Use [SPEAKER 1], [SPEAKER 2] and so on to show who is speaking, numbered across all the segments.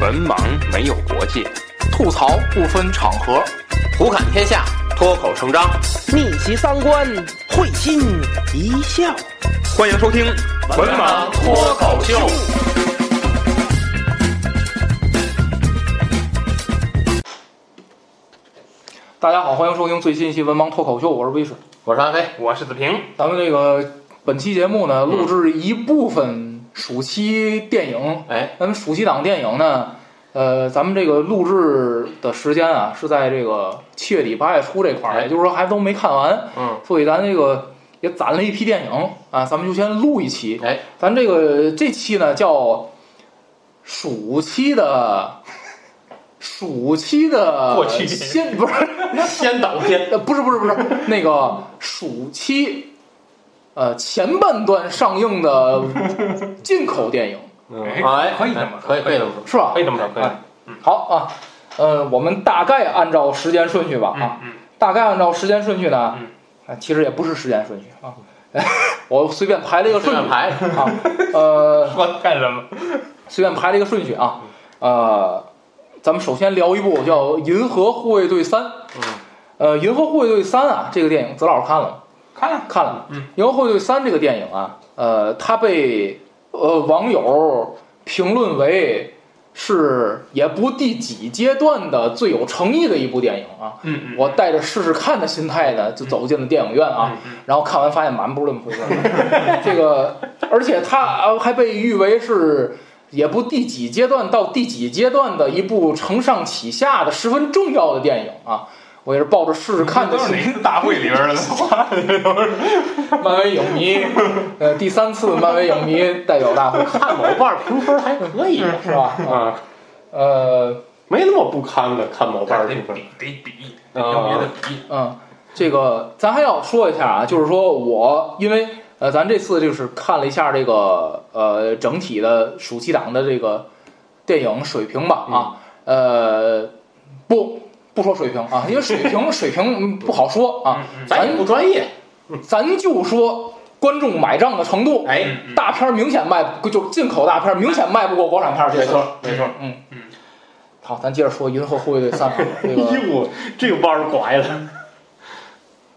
[SPEAKER 1] 文盲没有国界，吐槽不分场合，胡侃天下，脱口成章。
[SPEAKER 2] 逆袭三观，会心一笑。
[SPEAKER 1] 欢迎收听《文盲脱口秀》。
[SPEAKER 3] 大家好，欢迎收听最新一期《文盲脱口秀》，我是威水。
[SPEAKER 1] 我是安飞，我是子平。
[SPEAKER 3] 咱们这个本期节目
[SPEAKER 1] 嗯
[SPEAKER 3] 呢，录制一部分暑期电影。
[SPEAKER 1] 哎，
[SPEAKER 3] 咱们暑期档电影呢，呃，咱们这个录制的时间啊，是在这个七月底八月初这块儿，
[SPEAKER 1] 哎
[SPEAKER 3] 也就是说还都没看完，
[SPEAKER 1] 嗯，
[SPEAKER 3] 所以咱这个也攒了一批电影啊，咱们就先录一期。
[SPEAKER 1] 哎，
[SPEAKER 3] 咱这个这期呢叫暑期的。暑期的
[SPEAKER 1] 过去
[SPEAKER 3] 先不是
[SPEAKER 1] 先导片。
[SPEAKER 3] 呃，不是不是不 是，那个暑期，呃，前半段上映的进口电影
[SPEAKER 1] 嗯，
[SPEAKER 4] 哎
[SPEAKER 1] 哎，
[SPEAKER 4] 可以这么
[SPEAKER 1] 哎可以可以这么说，
[SPEAKER 3] 是吧
[SPEAKER 1] 可？以这么说，可以。
[SPEAKER 3] 好啊，呃，我们大概按照时间顺序吧啊，
[SPEAKER 4] 嗯
[SPEAKER 3] 大概按照时间顺序呢
[SPEAKER 4] 嗯，
[SPEAKER 3] 啊，其实也不是时间顺序啊， 我随便排了一个
[SPEAKER 1] 顺
[SPEAKER 3] 顺
[SPEAKER 1] 便
[SPEAKER 3] 序
[SPEAKER 1] 排，
[SPEAKER 3] 啊，呃，
[SPEAKER 4] 说干 什么？嗯
[SPEAKER 3] 随便排了一个顺序啊，呃，咱们首先聊一部叫《银河护卫队三》，
[SPEAKER 1] 嗯，
[SPEAKER 3] 呃，《银河护卫队三》啊，这个电影子老师看了吗。
[SPEAKER 4] 看了，
[SPEAKER 3] 看了，
[SPEAKER 4] 嗯
[SPEAKER 3] 银河护卫队三》这个电影啊，呃，它被呃网友评论为是也不第几阶段的最有诚意的一部电影啊。
[SPEAKER 4] 嗯
[SPEAKER 3] 我带着试试看的心态呢，就走进了电影院啊，
[SPEAKER 4] 嗯
[SPEAKER 3] 然后看完发现蛮不是那么回事儿。这个，而且它呃还被誉为是。也不第几阶段到第几阶段的一部承上启下的十分重要的电影啊，我也是抱着试试看的
[SPEAKER 4] 都
[SPEAKER 3] 心
[SPEAKER 4] 是
[SPEAKER 3] 态。
[SPEAKER 4] 哪次大会里边的？
[SPEAKER 3] 漫威影迷，呃，第三次漫威影迷代表大会
[SPEAKER 1] 看某瓣评分还可以
[SPEAKER 3] 是 吧？
[SPEAKER 1] 啊，
[SPEAKER 3] 呃，
[SPEAKER 1] 没那么不堪的，看某瓣
[SPEAKER 4] 得
[SPEAKER 1] 评分
[SPEAKER 4] 比得比，要别的
[SPEAKER 1] 啊，
[SPEAKER 4] 比，
[SPEAKER 3] 嗯，这个咱还要说一下啊，就是说我因为呃，咱这次就是看了一下这个呃整体的暑期档的这个电影水平吧啊，
[SPEAKER 4] 嗯
[SPEAKER 3] 呃，不不说水平啊，因为水平水平嗯不好说啊，
[SPEAKER 4] 嗯
[SPEAKER 1] 咱也不专业，
[SPEAKER 3] 咱就说观众买账的程度，
[SPEAKER 1] 哎，
[SPEAKER 4] 嗯
[SPEAKER 3] 大片儿明显卖不就进口大片儿明显卖不过国产片儿，这
[SPEAKER 1] 没
[SPEAKER 3] 次。
[SPEAKER 1] 错没错，
[SPEAKER 3] 好，咱接着说《银河护卫 队三》啊，这个《
[SPEAKER 1] 哎呦，这个腕儿拐了，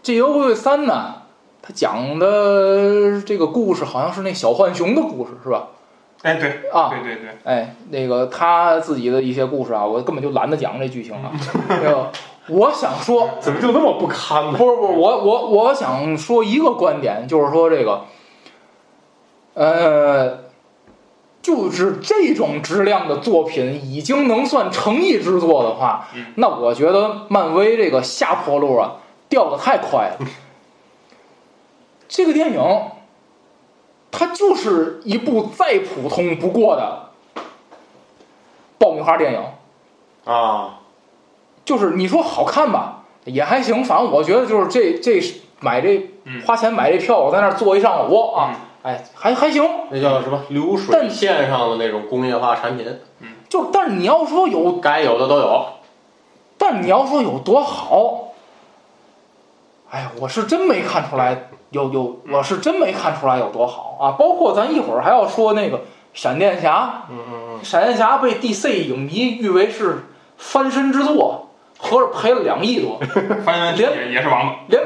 [SPEAKER 3] 这银河护卫队三》呢，它讲的这个故事好像是那小浣熊的故事，是吧？
[SPEAKER 4] 哎，对，
[SPEAKER 3] 啊，
[SPEAKER 4] 对对对，
[SPEAKER 3] 哎，那个他自己的一些故事啊，我根本就懒得讲这剧情啊。
[SPEAKER 4] 嗯
[SPEAKER 3] 这个我想说，
[SPEAKER 1] 怎么就那么不堪呢？
[SPEAKER 3] 不是不是，我我我想说一个观点，就是说这个，呃，就是这种质量的作品已经能算诚意之作的话，
[SPEAKER 4] 嗯
[SPEAKER 3] 那我觉得漫威这个下坡路啊掉的太快了。这个电影，它就是一部再普通不过的爆米花电影。
[SPEAKER 1] 啊，
[SPEAKER 3] 就是你说好看吧，也还行，反正我觉得就是这这买这
[SPEAKER 4] 嗯
[SPEAKER 3] 花钱买这票，我在那儿坐一上午啊，哎，还还行。
[SPEAKER 1] 那叫什么流水
[SPEAKER 3] 但
[SPEAKER 1] 线上的那种工业化产品，
[SPEAKER 3] 就但是你要说有，
[SPEAKER 1] 该有的都有，
[SPEAKER 3] 但是你要说有多好，哎呀，我是真没看出来有有，我是真没看出来有多好啊。包括咱一会儿还要说那个闪电侠，
[SPEAKER 1] 嗯嗯
[SPEAKER 3] 闪电侠被 DC 影迷誉为是翻身之作，合着赔了两亿多。
[SPEAKER 4] 翻完也也是王八，
[SPEAKER 3] 连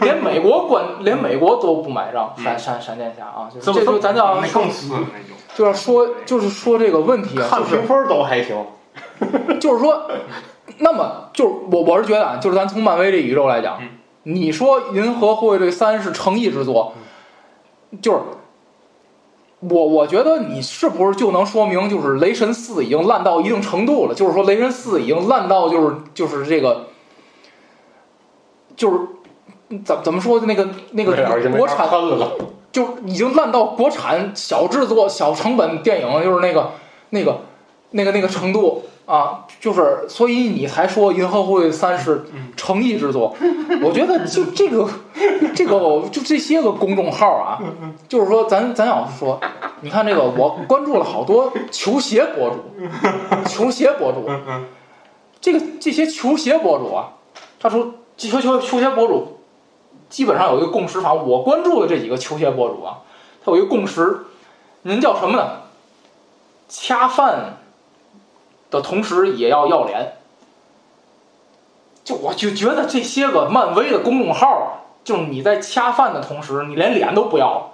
[SPEAKER 3] 连美国管连美国都不买账，闪闪闪电侠啊，就是这就咱就要
[SPEAKER 4] 那更次了，那就
[SPEAKER 3] 就要说就是说这个问题啊，
[SPEAKER 1] 看
[SPEAKER 3] 就是
[SPEAKER 1] 评分都还行，
[SPEAKER 3] 就是说，那么就是我我是觉得啊，就是咱从漫威这宇宙来讲
[SPEAKER 4] 嗯，
[SPEAKER 3] 你说《银河护卫队三》是诚意之作，
[SPEAKER 1] 嗯
[SPEAKER 3] 就是。我我觉得你是不是就能说明，就是雷神四已经烂到一定程度了？就是说，雷神四已经烂到就是就是这个，就是怎怎么说那个那个
[SPEAKER 1] 这俩已经没
[SPEAKER 3] 国
[SPEAKER 1] 法
[SPEAKER 3] 产
[SPEAKER 1] 看了，
[SPEAKER 3] 就已经烂到国产小制作、小成本电影就是那个、那个、那个、那个程度啊，就是所以你才说《银河护卫队三》是诚意之作。我觉得就这个、这个、就这些个公众号啊，就是说咱咱要说，你看这个，我关注了好多球鞋博主，球鞋博主，这个这些球鞋博主啊，他说这球球球鞋博主基本上有一个共识，反正我关注的这几个球鞋博主啊，他有一个共识，您叫什么呢？恰饭的同时也要要脸。就我就觉得这些个漫威的公众号，就是你在恰饭的同时，你连脸都不要了。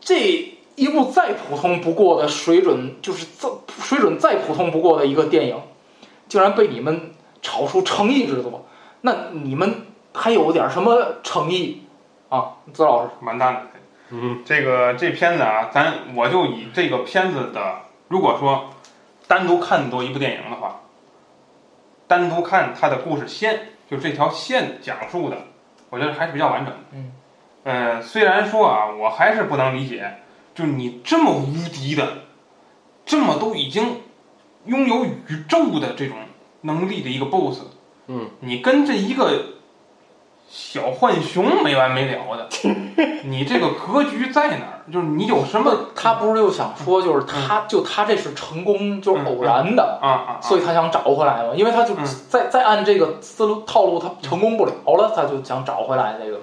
[SPEAKER 3] 这一部再普通不过的水准，就是再水准再普通不过的一个电影，竟然被你们炒出诚意之作，那你们还有点什么诚意啊？子老师，
[SPEAKER 4] 完蛋了。
[SPEAKER 5] 嗯，
[SPEAKER 4] 这个这片子啊，咱我就以这个片子的，如果说单独看多一部电影的话，单独看它的故事线，就这条线讲述的，我觉得还是比较完整的。
[SPEAKER 3] 嗯，
[SPEAKER 4] 呃，虽然说啊，我还是不能理解，就你这么无敌的，这么都已经拥有宇宙的这种能力的一个 BOSS，
[SPEAKER 5] 嗯，
[SPEAKER 4] 你跟这一个小浣熊没完没了的。你这个格局在哪儿？就是你有什么
[SPEAKER 3] 他不是就想说，就是他就他这是成功，就是偶然的，
[SPEAKER 4] 啊啊啊！
[SPEAKER 3] 所以他想找回来嘛，因为他就
[SPEAKER 4] 嗯
[SPEAKER 3] 再再按这个思路套路，他成功不了了，他就想找回来这个。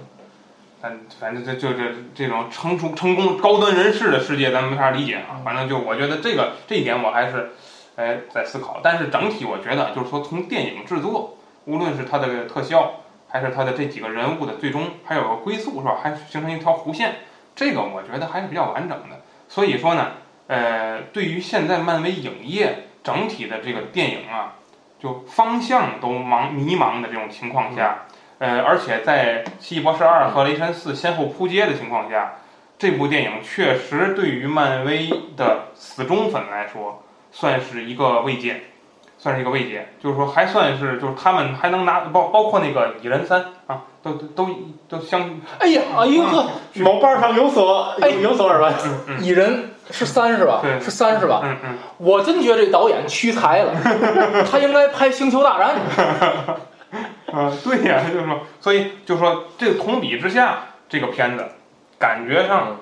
[SPEAKER 4] 反反正这就这这种成熟成功高端人士的世界，咱没法理解啊
[SPEAKER 3] 嗯。
[SPEAKER 4] 反正就我觉得这个这一点我还是，哎，在思考。但是整体我觉得，就是说从电影制作，无论是它的特效，还是它的这几个人物的最终，还有个归宿是吧？还是形成一条弧线，这个我觉得还是比较完整的。所以说呢，呃，对于现在漫威影业整体的这个电影啊，就方向都茫迷茫的这种情况下。呃，而且在《奇异博士二》和《雷神四》先后扑街的情况下，这部电影确实对于漫威的死忠粉来说，算是一个慰藉，算是一个慰藉。就是说，还算是就是他们还能拿包包括那个《蚁人三》啊，都都都都相
[SPEAKER 3] 哎呀，哎呦呵，
[SPEAKER 5] 某瓣上有所
[SPEAKER 3] 哎
[SPEAKER 5] 有有所耳闻，
[SPEAKER 4] 嗯嗯
[SPEAKER 3] 蚁人是三是吧？
[SPEAKER 4] 对
[SPEAKER 3] 是三是吧？
[SPEAKER 4] 嗯嗯，
[SPEAKER 3] 我真觉得这导演屈才 了，他应该拍《星球大战》去。
[SPEAKER 4] 啊，对呀、就是说，所以就说这个同比之下，这个片子感觉上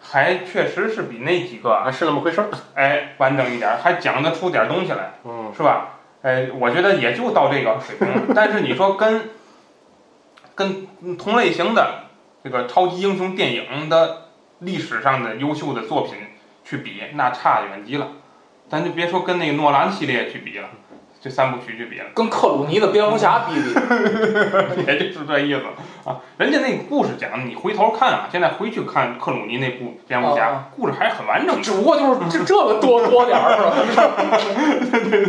[SPEAKER 4] 还确实是比那几个
[SPEAKER 5] 还是那么回事儿。
[SPEAKER 4] 哎完整一点儿，还讲得出点儿东西来。
[SPEAKER 5] 嗯，
[SPEAKER 4] 是吧？哎，我觉得也就到这个水平。但是你说跟跟同类型的这个超级英雄电影的历史上的优秀的作品去比，那差远极了。咱就别说跟那个诺兰系列去比了，这三部曲去比了，
[SPEAKER 3] 跟克鲁尼的蝙蝠侠比比，
[SPEAKER 4] 也就是这意思啊。人家那个故事讲，你回头看啊，现在回去看克鲁尼那部蝙蝠侠，
[SPEAKER 3] 啊
[SPEAKER 4] 故事还很完整的，
[SPEAKER 3] 只不过就是这这个多多点儿是吧？
[SPEAKER 4] 日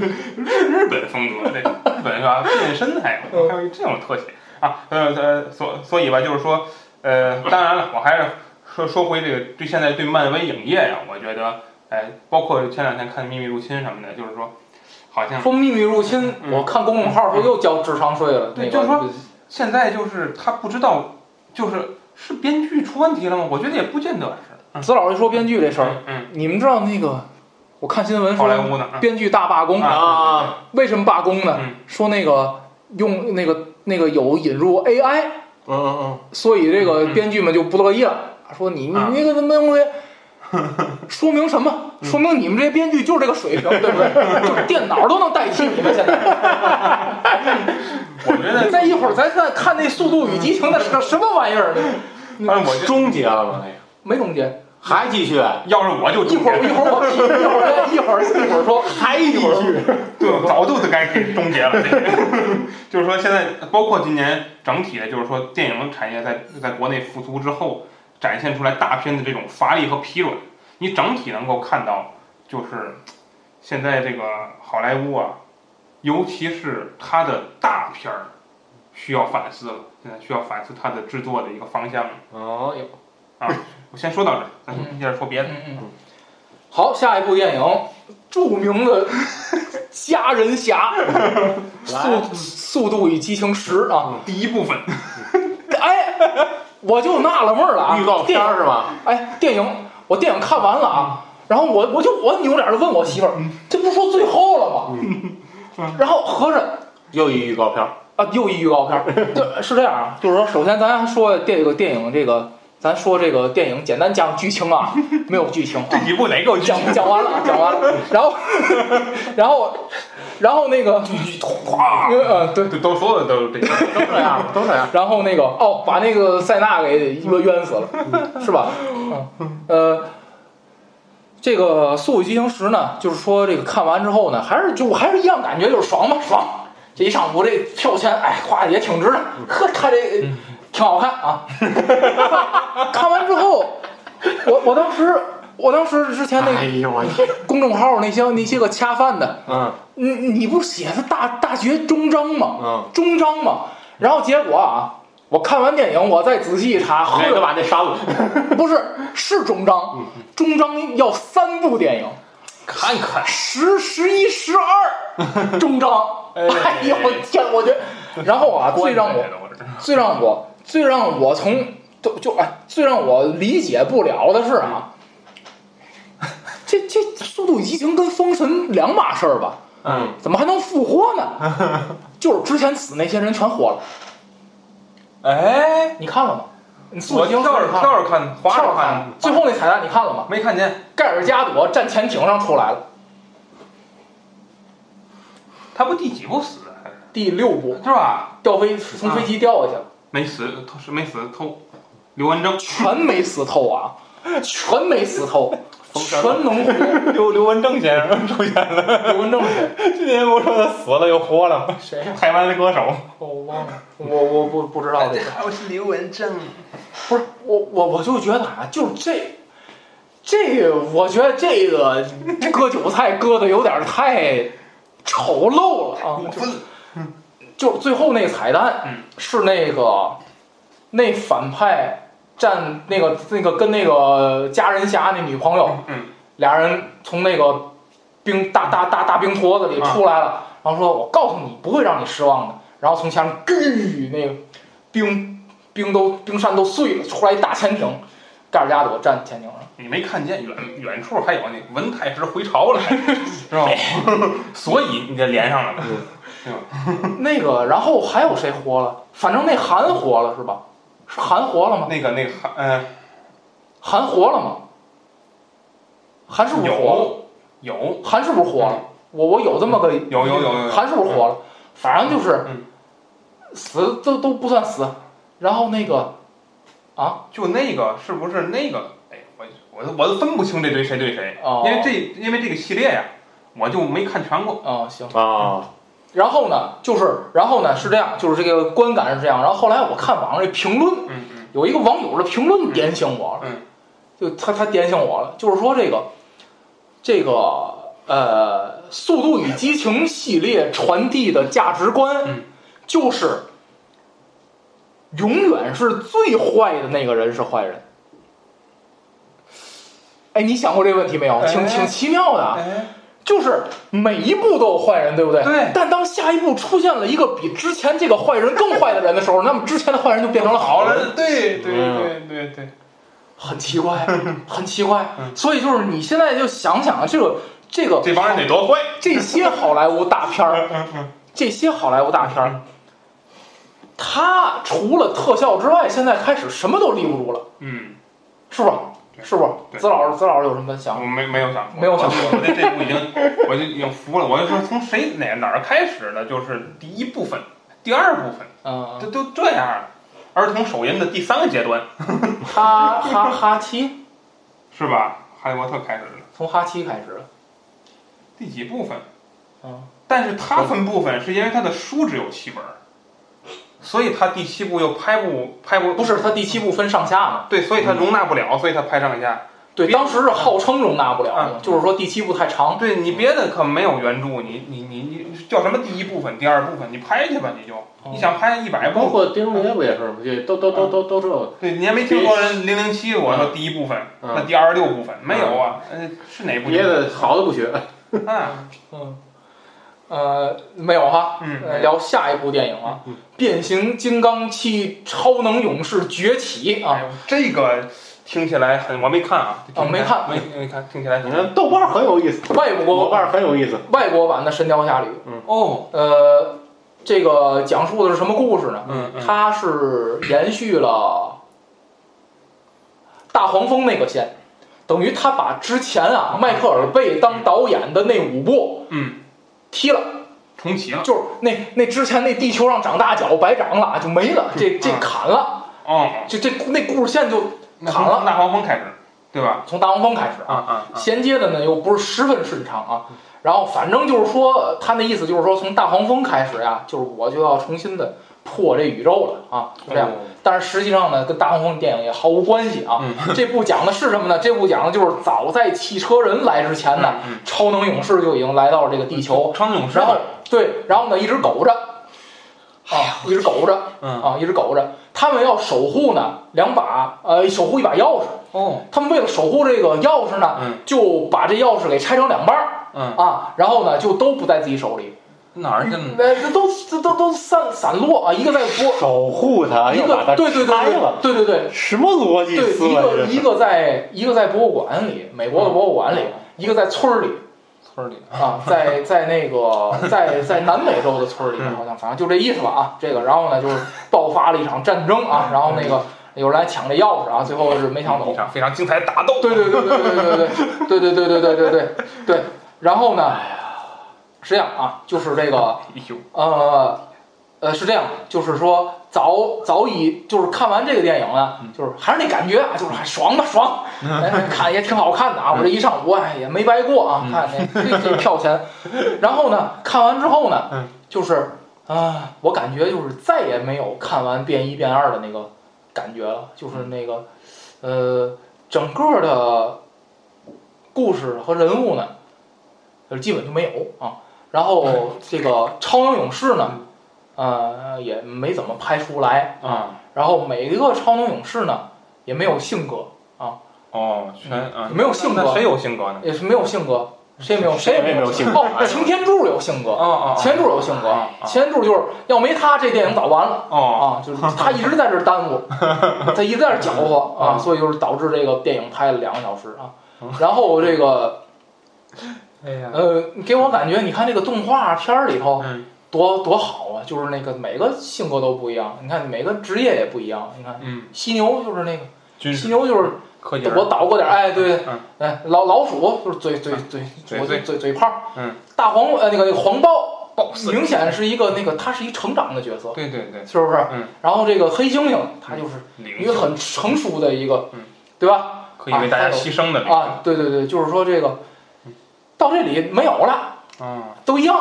[SPEAKER 4] 日本风格，那日本是吧？变身还有还有这种特写啊，呃呃，所所以吧，就是说，呃，当然了，我还是说说回这个对现在对漫威影业呀、我觉得，哎，包括前两天看《秘密入侵》什么的，就是说，好像
[SPEAKER 3] 说秘密入侵，
[SPEAKER 4] 嗯
[SPEAKER 3] 我看公众号说又交智商税了。
[SPEAKER 4] 对
[SPEAKER 3] 那个
[SPEAKER 4] 就是说现在就是他不知道，就是是编剧出问题了吗？我觉得也不见得是。嗯
[SPEAKER 3] 子老师说编剧这事儿，
[SPEAKER 4] 嗯，
[SPEAKER 3] 你们知道那个？我看新闻
[SPEAKER 4] 好莱
[SPEAKER 3] 说
[SPEAKER 4] 坞呢？嗯
[SPEAKER 3] 编剧大罢工，
[SPEAKER 5] 啊
[SPEAKER 3] 为什么罢工呢？
[SPEAKER 4] 嗯
[SPEAKER 3] 说那个用那个那个有引入 AI，
[SPEAKER 5] 嗯嗯
[SPEAKER 3] 所以这个编剧们就不乐意了，说你你
[SPEAKER 4] 啊
[SPEAKER 3] 那个什 么东西，说明什么？说明你们这些编剧就是这个水平，对不对？就是电脑都能代替你们现 在。
[SPEAKER 4] 我觉得，
[SPEAKER 3] 再一会儿咱再看那《速度与激情》那是个什么玩意儿？
[SPEAKER 4] 反正我
[SPEAKER 5] 嗯，
[SPEAKER 4] 就
[SPEAKER 5] 终结了吗？那个
[SPEAKER 3] 没中间，
[SPEAKER 5] 还继续，
[SPEAKER 4] 要是我就
[SPEAKER 3] 一会儿
[SPEAKER 4] 终
[SPEAKER 3] 一
[SPEAKER 4] 结了
[SPEAKER 3] 会儿我提，一会儿一会儿一会儿说，
[SPEAKER 5] 还继续，
[SPEAKER 4] 对， 早就该给终结了。 这个就是说，现在包括今年整体的，就是说电影产业在在国内复苏之后，展现出来大片的这种乏力和疲软。你整体能够看到，就是现在这个好莱坞啊，尤其是它的大片儿，需要反思了。现在需要反思它的制作的一个方向。
[SPEAKER 5] 哦哟，
[SPEAKER 4] 我先说到这儿，咱接着说别的。
[SPEAKER 3] 嗯嗯。好，下一部电影，著名的虾仁 侠，
[SPEAKER 5] 来
[SPEAKER 3] 速速度与激情十啊！
[SPEAKER 4] 第一 部分，
[SPEAKER 3] 哎，我就纳了闷儿了啊！
[SPEAKER 5] 预告片儿是吧？
[SPEAKER 3] 哎，电影我电影看完了啊，然后我我就我扭脸就问我媳妇儿，这不是说最后了吗？然后合着
[SPEAKER 5] 又一预告片儿，
[SPEAKER 3] 啊，又一预告片儿，对，是这样啊，就是说，首先咱说这个电影这个，咱说这个电影，简单讲剧情啊，没有剧情啊
[SPEAKER 4] 这，几部哪个有剧
[SPEAKER 3] 讲
[SPEAKER 4] 情？
[SPEAKER 3] 讲完了，讲完了，然后 然后然后那个
[SPEAKER 4] 哗，
[SPEAKER 3] 呃对。
[SPEAKER 4] 都都所有的都是这个。
[SPEAKER 5] 都这样，啊都这样。
[SPEAKER 3] 然后那个哦，把那个塞纳给冤冤死了，是吧？嗯，呃，这个《速度与激情十》呢，就是说这个看完之后呢，还是就我还是一样感觉，就是爽吧，爽。这一上午这票钱，哎，花的也挺值的，呵，看这挺好看啊。 看完之后，我我当时我当时之前那
[SPEAKER 5] 哎呦我，
[SPEAKER 3] 公众号那些那些个恰饭的，
[SPEAKER 5] 嗯
[SPEAKER 3] 你你不写的大大学终章吗？
[SPEAKER 5] 嗯，
[SPEAKER 3] 终章嘛。然后结果啊，我看完电影，我再仔细一查，
[SPEAKER 5] 那
[SPEAKER 4] 哎
[SPEAKER 3] 呵，
[SPEAKER 5] 就哎把那删了。
[SPEAKER 3] 不是是终
[SPEAKER 4] 嗯
[SPEAKER 3] 章，终章要三部电影，
[SPEAKER 4] 看看，
[SPEAKER 3] 十、十一、十 二，终章。
[SPEAKER 4] 哎
[SPEAKER 3] 哎呦我天，我觉得，然后啊，最让我
[SPEAKER 4] 关起来了 我这
[SPEAKER 3] 最让我最让我从就就哎，最让我理解不了的是啊，
[SPEAKER 4] 嗯
[SPEAKER 3] 这这《速度与激情》跟《封神》两码事儿吧？
[SPEAKER 5] 嗯，
[SPEAKER 3] 怎么还能复活呢？ 就是之前死那些人全活了，
[SPEAKER 4] 哎，
[SPEAKER 3] 你看了吗？你速度
[SPEAKER 4] 我
[SPEAKER 3] 与激情
[SPEAKER 4] 跳着
[SPEAKER 3] 你看
[SPEAKER 4] 跳着看，啊滑
[SPEAKER 3] 跳
[SPEAKER 4] 着
[SPEAKER 3] 着看
[SPEAKER 4] 看，
[SPEAKER 3] 最后那彩蛋你看了吗？
[SPEAKER 4] 没看见，
[SPEAKER 3] 盖尔加朵站潜艇上出来了，
[SPEAKER 4] 他不第几部死的，还是
[SPEAKER 3] 第六部
[SPEAKER 4] 是吧？
[SPEAKER 3] 掉飞从飞机掉下去了，
[SPEAKER 4] 没死，偷是没死偷，刘文正，
[SPEAKER 3] 全没死透 啊，全没死透，全能 活。
[SPEAKER 6] 刘刘文正先生出现了。
[SPEAKER 3] 刘文正是
[SPEAKER 6] 今天我说他死了又活了，
[SPEAKER 3] 谁呀？
[SPEAKER 6] 台湾的歌手。
[SPEAKER 3] 我忘了，我我不不知道这个。
[SPEAKER 6] 我是刘文正。
[SPEAKER 3] 不是我我我就觉得啊，就是这这，我觉得 这个割韭菜割的有点太丑陋了啊！就是就是最后那彩蛋
[SPEAKER 4] 嗯
[SPEAKER 3] 是那个那反派站那个那个跟那个家人侠那女朋友，
[SPEAKER 4] 嗯，
[SPEAKER 3] 俩人从那个冰大大大大冰坨子
[SPEAKER 4] 啊
[SPEAKER 3] 里出来了，然后说：“我告诉你，不会让你失望的。”然后从前面咕，那个冰冰都冰山都碎了，出来一大潜艇，盖尔加朵站潜艇上。
[SPEAKER 4] 你没看见远远处还有那文太师回朝了，是吧？ 所以你这连上了，
[SPEAKER 3] 那个，然后还有谁活了？反正那韩活了是吧？是韩活了吗？
[SPEAKER 4] 那个那个韩，嗯，
[SPEAKER 3] 韩活了吗？韩是不是活了？
[SPEAKER 4] 有有
[SPEAKER 3] 韩是不是活了？我我有这么个
[SPEAKER 4] 有有有有有，
[SPEAKER 3] 韩是不是活了？反正就是
[SPEAKER 4] 嗯
[SPEAKER 3] 死都都不算死。然后那个
[SPEAKER 4] 就那个是不是那个？哎，我我都我都分不清这堆谁对谁，
[SPEAKER 3] 哦
[SPEAKER 4] 因为这因为这个系列呀，我就没看全过。
[SPEAKER 3] 啊、行，
[SPEAKER 5] 啊，
[SPEAKER 3] 然后呢就是然后呢是这样，就是这个观感是这样。然后后来我看网上这评论，
[SPEAKER 4] 嗯嗯
[SPEAKER 3] 有一个网友的评论点醒我了，
[SPEAKER 4] 嗯
[SPEAKER 3] 就他他点醒我了，就是说这个这个呃，《速度与激情》系列传递的价值观，
[SPEAKER 4] 嗯
[SPEAKER 3] 就是永远是最坏的那个人是坏人。哎，你想过这个问题没有？挺挺奇妙的啊，
[SPEAKER 4] 哎，
[SPEAKER 3] 就是每一步都有坏人，对不对？
[SPEAKER 4] 对
[SPEAKER 3] 但当下一步出现了一个比之前这个坏人更坏的人的时候，那么之前的坏人就变成了好
[SPEAKER 4] 好
[SPEAKER 3] 人。
[SPEAKER 4] 了，对对对
[SPEAKER 5] 嗯
[SPEAKER 4] 对对，
[SPEAKER 3] 很奇怪，很奇怪。
[SPEAKER 4] 嗯
[SPEAKER 3] 所以就是你现在就想想啊这个这个
[SPEAKER 6] 这帮人得多坏！
[SPEAKER 3] 这些好莱坞大片儿，这些好莱坞大片儿，它除了特效之外，现在开始什么都立不住了，
[SPEAKER 4] 嗯，
[SPEAKER 3] 是不是？
[SPEAKER 4] 对
[SPEAKER 3] 是不是？
[SPEAKER 4] 对
[SPEAKER 3] 子老师，子老师有什么想
[SPEAKER 4] 嗯我
[SPEAKER 3] 法？
[SPEAKER 4] 没没有想过，
[SPEAKER 3] 没有想过
[SPEAKER 4] 我我对这部已经 我就已经服了。我就说从谁哪哪儿开始的，就是第一部分、第二部分，
[SPEAKER 3] 嗯，
[SPEAKER 4] 这都这样了。儿童手淫的第三个阶段
[SPEAKER 3] 嗯哈哈哈七，
[SPEAKER 4] 是吧？哈利波特开始的
[SPEAKER 3] 从哈七开始。
[SPEAKER 4] 第几部分？
[SPEAKER 3] 嗯，
[SPEAKER 4] 但是它分部分是因为它的书只有七本儿，所以它第七部又拍不拍不
[SPEAKER 3] 不是，他第七部分上下嘛？
[SPEAKER 4] 对，所以它容纳不了，所以它拍上下。
[SPEAKER 3] 对，
[SPEAKER 4] 别
[SPEAKER 3] 当时是号称容纳不了嘛，
[SPEAKER 4] 嗯
[SPEAKER 3] 就是说第七部太长。
[SPEAKER 4] 对你别的可没有原著，你你你你叫什么第一部分、第二部分，你拍去吧，你就你想拍一百
[SPEAKER 5] 哎包
[SPEAKER 4] 部，
[SPEAKER 5] 括丁爷不也是吗？也都都都都都这个，
[SPEAKER 4] 对，你还没听说人零零七我说第一部分，
[SPEAKER 5] 哦嗯
[SPEAKER 4] 那第二十六部分没有啊？呃，是哪部？
[SPEAKER 5] 别的好的不学。
[SPEAKER 4] 啊，
[SPEAKER 3] 嗯，呃，没有哈，
[SPEAKER 4] 嗯
[SPEAKER 3] 呃聊下一部电影啊，变形金刚七：超能勇士崛起》
[SPEAKER 4] 哎
[SPEAKER 3] 啊，
[SPEAKER 4] 呦，这个听起来很，我没看啊，
[SPEAKER 3] 啊没看
[SPEAKER 4] 没没看，听起来
[SPEAKER 5] 你看豆瓣很有意思，
[SPEAKER 4] 哎
[SPEAKER 3] 外
[SPEAKER 5] 豆
[SPEAKER 3] 国
[SPEAKER 5] 瓣很有意思。
[SPEAKER 3] 外国版的《神雕侠侣》，
[SPEAKER 4] 哦，
[SPEAKER 3] 呃，这个讲述的是什么故事呢？
[SPEAKER 4] 嗯嗯
[SPEAKER 3] 它是延续了大黄蜂那个线，等于他把之前啊迈克尔贝当导演的那五部
[SPEAKER 4] 嗯，
[SPEAKER 3] 踢了。
[SPEAKER 4] 重启了，
[SPEAKER 3] 就是那那之前那地球上长大脚白长了啊，就没了，这这
[SPEAKER 4] 嗯
[SPEAKER 3] 砍了，
[SPEAKER 4] 哦，
[SPEAKER 3] 这这那故事线就
[SPEAKER 4] 那
[SPEAKER 3] 砍
[SPEAKER 4] 从
[SPEAKER 3] 了。
[SPEAKER 4] 大黄蜂开始，对吧？
[SPEAKER 3] 从大黄蜂开始
[SPEAKER 4] 啊
[SPEAKER 3] 啊，
[SPEAKER 4] 啊嗯啊！
[SPEAKER 3] 衔接的呢又不是十分顺畅啊。然后反正就是说，呃他那意思就是说，从大黄蜂开始呀、就是我就要重新的破这宇宙了啊，就这样。
[SPEAKER 4] 嗯哦
[SPEAKER 3] 但是实际上呢，跟大黄蜂电影也毫无关系啊。
[SPEAKER 4] 嗯
[SPEAKER 3] 这部讲的是什么呢？这部讲的就是早在汽车人来之前呢，
[SPEAKER 4] 嗯
[SPEAKER 3] 超能勇士就已经来到了这个地球，
[SPEAKER 4] 超能勇士哎
[SPEAKER 3] 然，后对，然后呢一直苟着，啊，一直苟着
[SPEAKER 4] 嗯，
[SPEAKER 3] 啊，一直苟着。他们要守护呢两把呃，守护一把钥匙。
[SPEAKER 4] 哦，
[SPEAKER 3] 他们为了守护这个钥匙呢，
[SPEAKER 4] 嗯
[SPEAKER 3] 就把这钥匙给拆成两半儿
[SPEAKER 4] 嗯，
[SPEAKER 3] 啊，然后呢就都不在自己手里，
[SPEAKER 4] 哪儿去了？
[SPEAKER 5] 嗯
[SPEAKER 3] 呃，这都这都都散散落啊，一个在波，
[SPEAKER 5] 守护他，
[SPEAKER 3] 一
[SPEAKER 5] 又哎把
[SPEAKER 3] 个
[SPEAKER 5] 他
[SPEAKER 3] 对对对
[SPEAKER 5] 拆了，
[SPEAKER 3] 对对对对
[SPEAKER 5] 什么逻辑
[SPEAKER 3] 对，
[SPEAKER 5] 思
[SPEAKER 3] 一
[SPEAKER 5] 维
[SPEAKER 3] 个
[SPEAKER 5] 这
[SPEAKER 3] 一
[SPEAKER 5] 是？嗯
[SPEAKER 3] 个在一个在博物馆里，美国的博物馆里，一个在村儿里，
[SPEAKER 4] 村里，
[SPEAKER 3] 啊，在在那个在在南美洲的村儿里，
[SPEAKER 4] 嗯
[SPEAKER 3] 好像反正就这意思吧啊。这个，然后呢，就是爆发了一场战争啊，
[SPEAKER 5] 嗯
[SPEAKER 3] 然后那个有人来抢这钥匙啊，最后是没抢走
[SPEAKER 4] 一。场非常精彩的打斗。
[SPEAKER 3] 对对对对对对对对对对对对对对对。然后呢，是这样啊，就是这个
[SPEAKER 4] 哎呦，
[SPEAKER 3] 呃呃是这样，就是说早早已就是看完这个电影呢，就是还是那感觉啊，就是还爽吧爽，哎看也挺好看的啊，我这一上午哎也没白过啊，看那这这票钱，然后呢看完之后呢，就是啊、我感觉就是再也没有看完变一变二的那个感觉了，就是那个呃整个的故事和人物呢，呃基本就没有啊。然后这个超能勇士呢，呃，也没怎么拍出来。
[SPEAKER 4] 啊，
[SPEAKER 3] 然后每一个超能勇士呢，也没有性格，
[SPEAKER 4] 哦，全啊，
[SPEAKER 3] 嗯没有性
[SPEAKER 4] 那
[SPEAKER 3] 格
[SPEAKER 4] 谁，有性格呢？
[SPEAKER 3] 也是没有性格，谁也没有，
[SPEAKER 5] 谁
[SPEAKER 3] 谁
[SPEAKER 5] 也
[SPEAKER 3] 没
[SPEAKER 5] 没有性格哎
[SPEAKER 3] 哦，擎天柱有性格，
[SPEAKER 4] 哦哦
[SPEAKER 3] 擎天柱有性格
[SPEAKER 4] 啊，啊
[SPEAKER 3] 擎天柱就是要没他，这电影早完了。
[SPEAKER 4] 哦，
[SPEAKER 3] 啊，就是他一直在这儿 耽误，他一直在这儿搅和啊，
[SPEAKER 4] 嗯
[SPEAKER 3] 所以就是导致这个电影拍了两个小时啊。
[SPEAKER 5] 嗯
[SPEAKER 3] 然后这个
[SPEAKER 4] 哎呀，
[SPEAKER 3] 呃，给我感觉，你看这个动画片儿里头
[SPEAKER 4] 嗯
[SPEAKER 3] 多多好啊，就是那个每个性格都不一样，你看每个职业也不一样，你看
[SPEAKER 4] 嗯，
[SPEAKER 3] 犀牛就是那个
[SPEAKER 4] 军
[SPEAKER 3] 犀
[SPEAKER 4] 事
[SPEAKER 3] 牛就是
[SPEAKER 4] 科技人，
[SPEAKER 3] 我捣鼓点儿，哎，对
[SPEAKER 4] 嗯，
[SPEAKER 3] 哎，老老鼠就是嘴嘴嘴
[SPEAKER 4] 嘴
[SPEAKER 3] 我
[SPEAKER 4] 嘴
[SPEAKER 3] 嘴嘴炮儿，
[SPEAKER 4] 嗯，哦
[SPEAKER 3] 大黄呃那个那个黄豹，明显是一个那个他是一成长的角色，
[SPEAKER 4] 对对对，
[SPEAKER 3] 是不是？
[SPEAKER 4] 嗯，
[SPEAKER 3] 然后这个黑猩猩他就是。一
[SPEAKER 4] 灵
[SPEAKER 3] 个很成熟的一个
[SPEAKER 4] 嗯，
[SPEAKER 3] 对吧？
[SPEAKER 4] 可以为大家牺牲的灵
[SPEAKER 3] 啊，对对对，就是说这个
[SPEAKER 4] 嗯
[SPEAKER 3] 到这里没有了，
[SPEAKER 4] 啊
[SPEAKER 3] 都一样，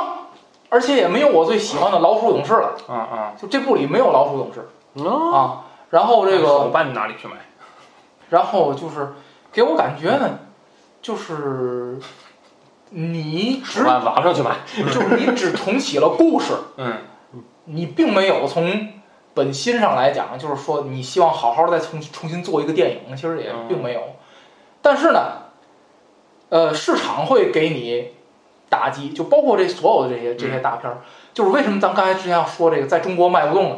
[SPEAKER 3] 而且也没有我最喜欢的老鼠勇士了，
[SPEAKER 4] 啊啊！
[SPEAKER 3] 就这部里没有老鼠勇士
[SPEAKER 5] 哦
[SPEAKER 3] 啊。然后这
[SPEAKER 4] 手
[SPEAKER 3] 个，
[SPEAKER 4] 办哪里去买？
[SPEAKER 3] 然后就是给我感觉呢，就是你 只
[SPEAKER 5] 十万网上去买，
[SPEAKER 3] 就是你只重启了故事，
[SPEAKER 4] 嗯
[SPEAKER 3] 你并没有从。本心上来讲，就是说你希望好好再重重新做一个电影，其实也
[SPEAKER 4] 嗯
[SPEAKER 3] 并没有。但是呢，呃，市场会给你打击，就包括这所有的这些这些大片儿，就是为什么咱刚才之前要说这个在中国卖不动呢？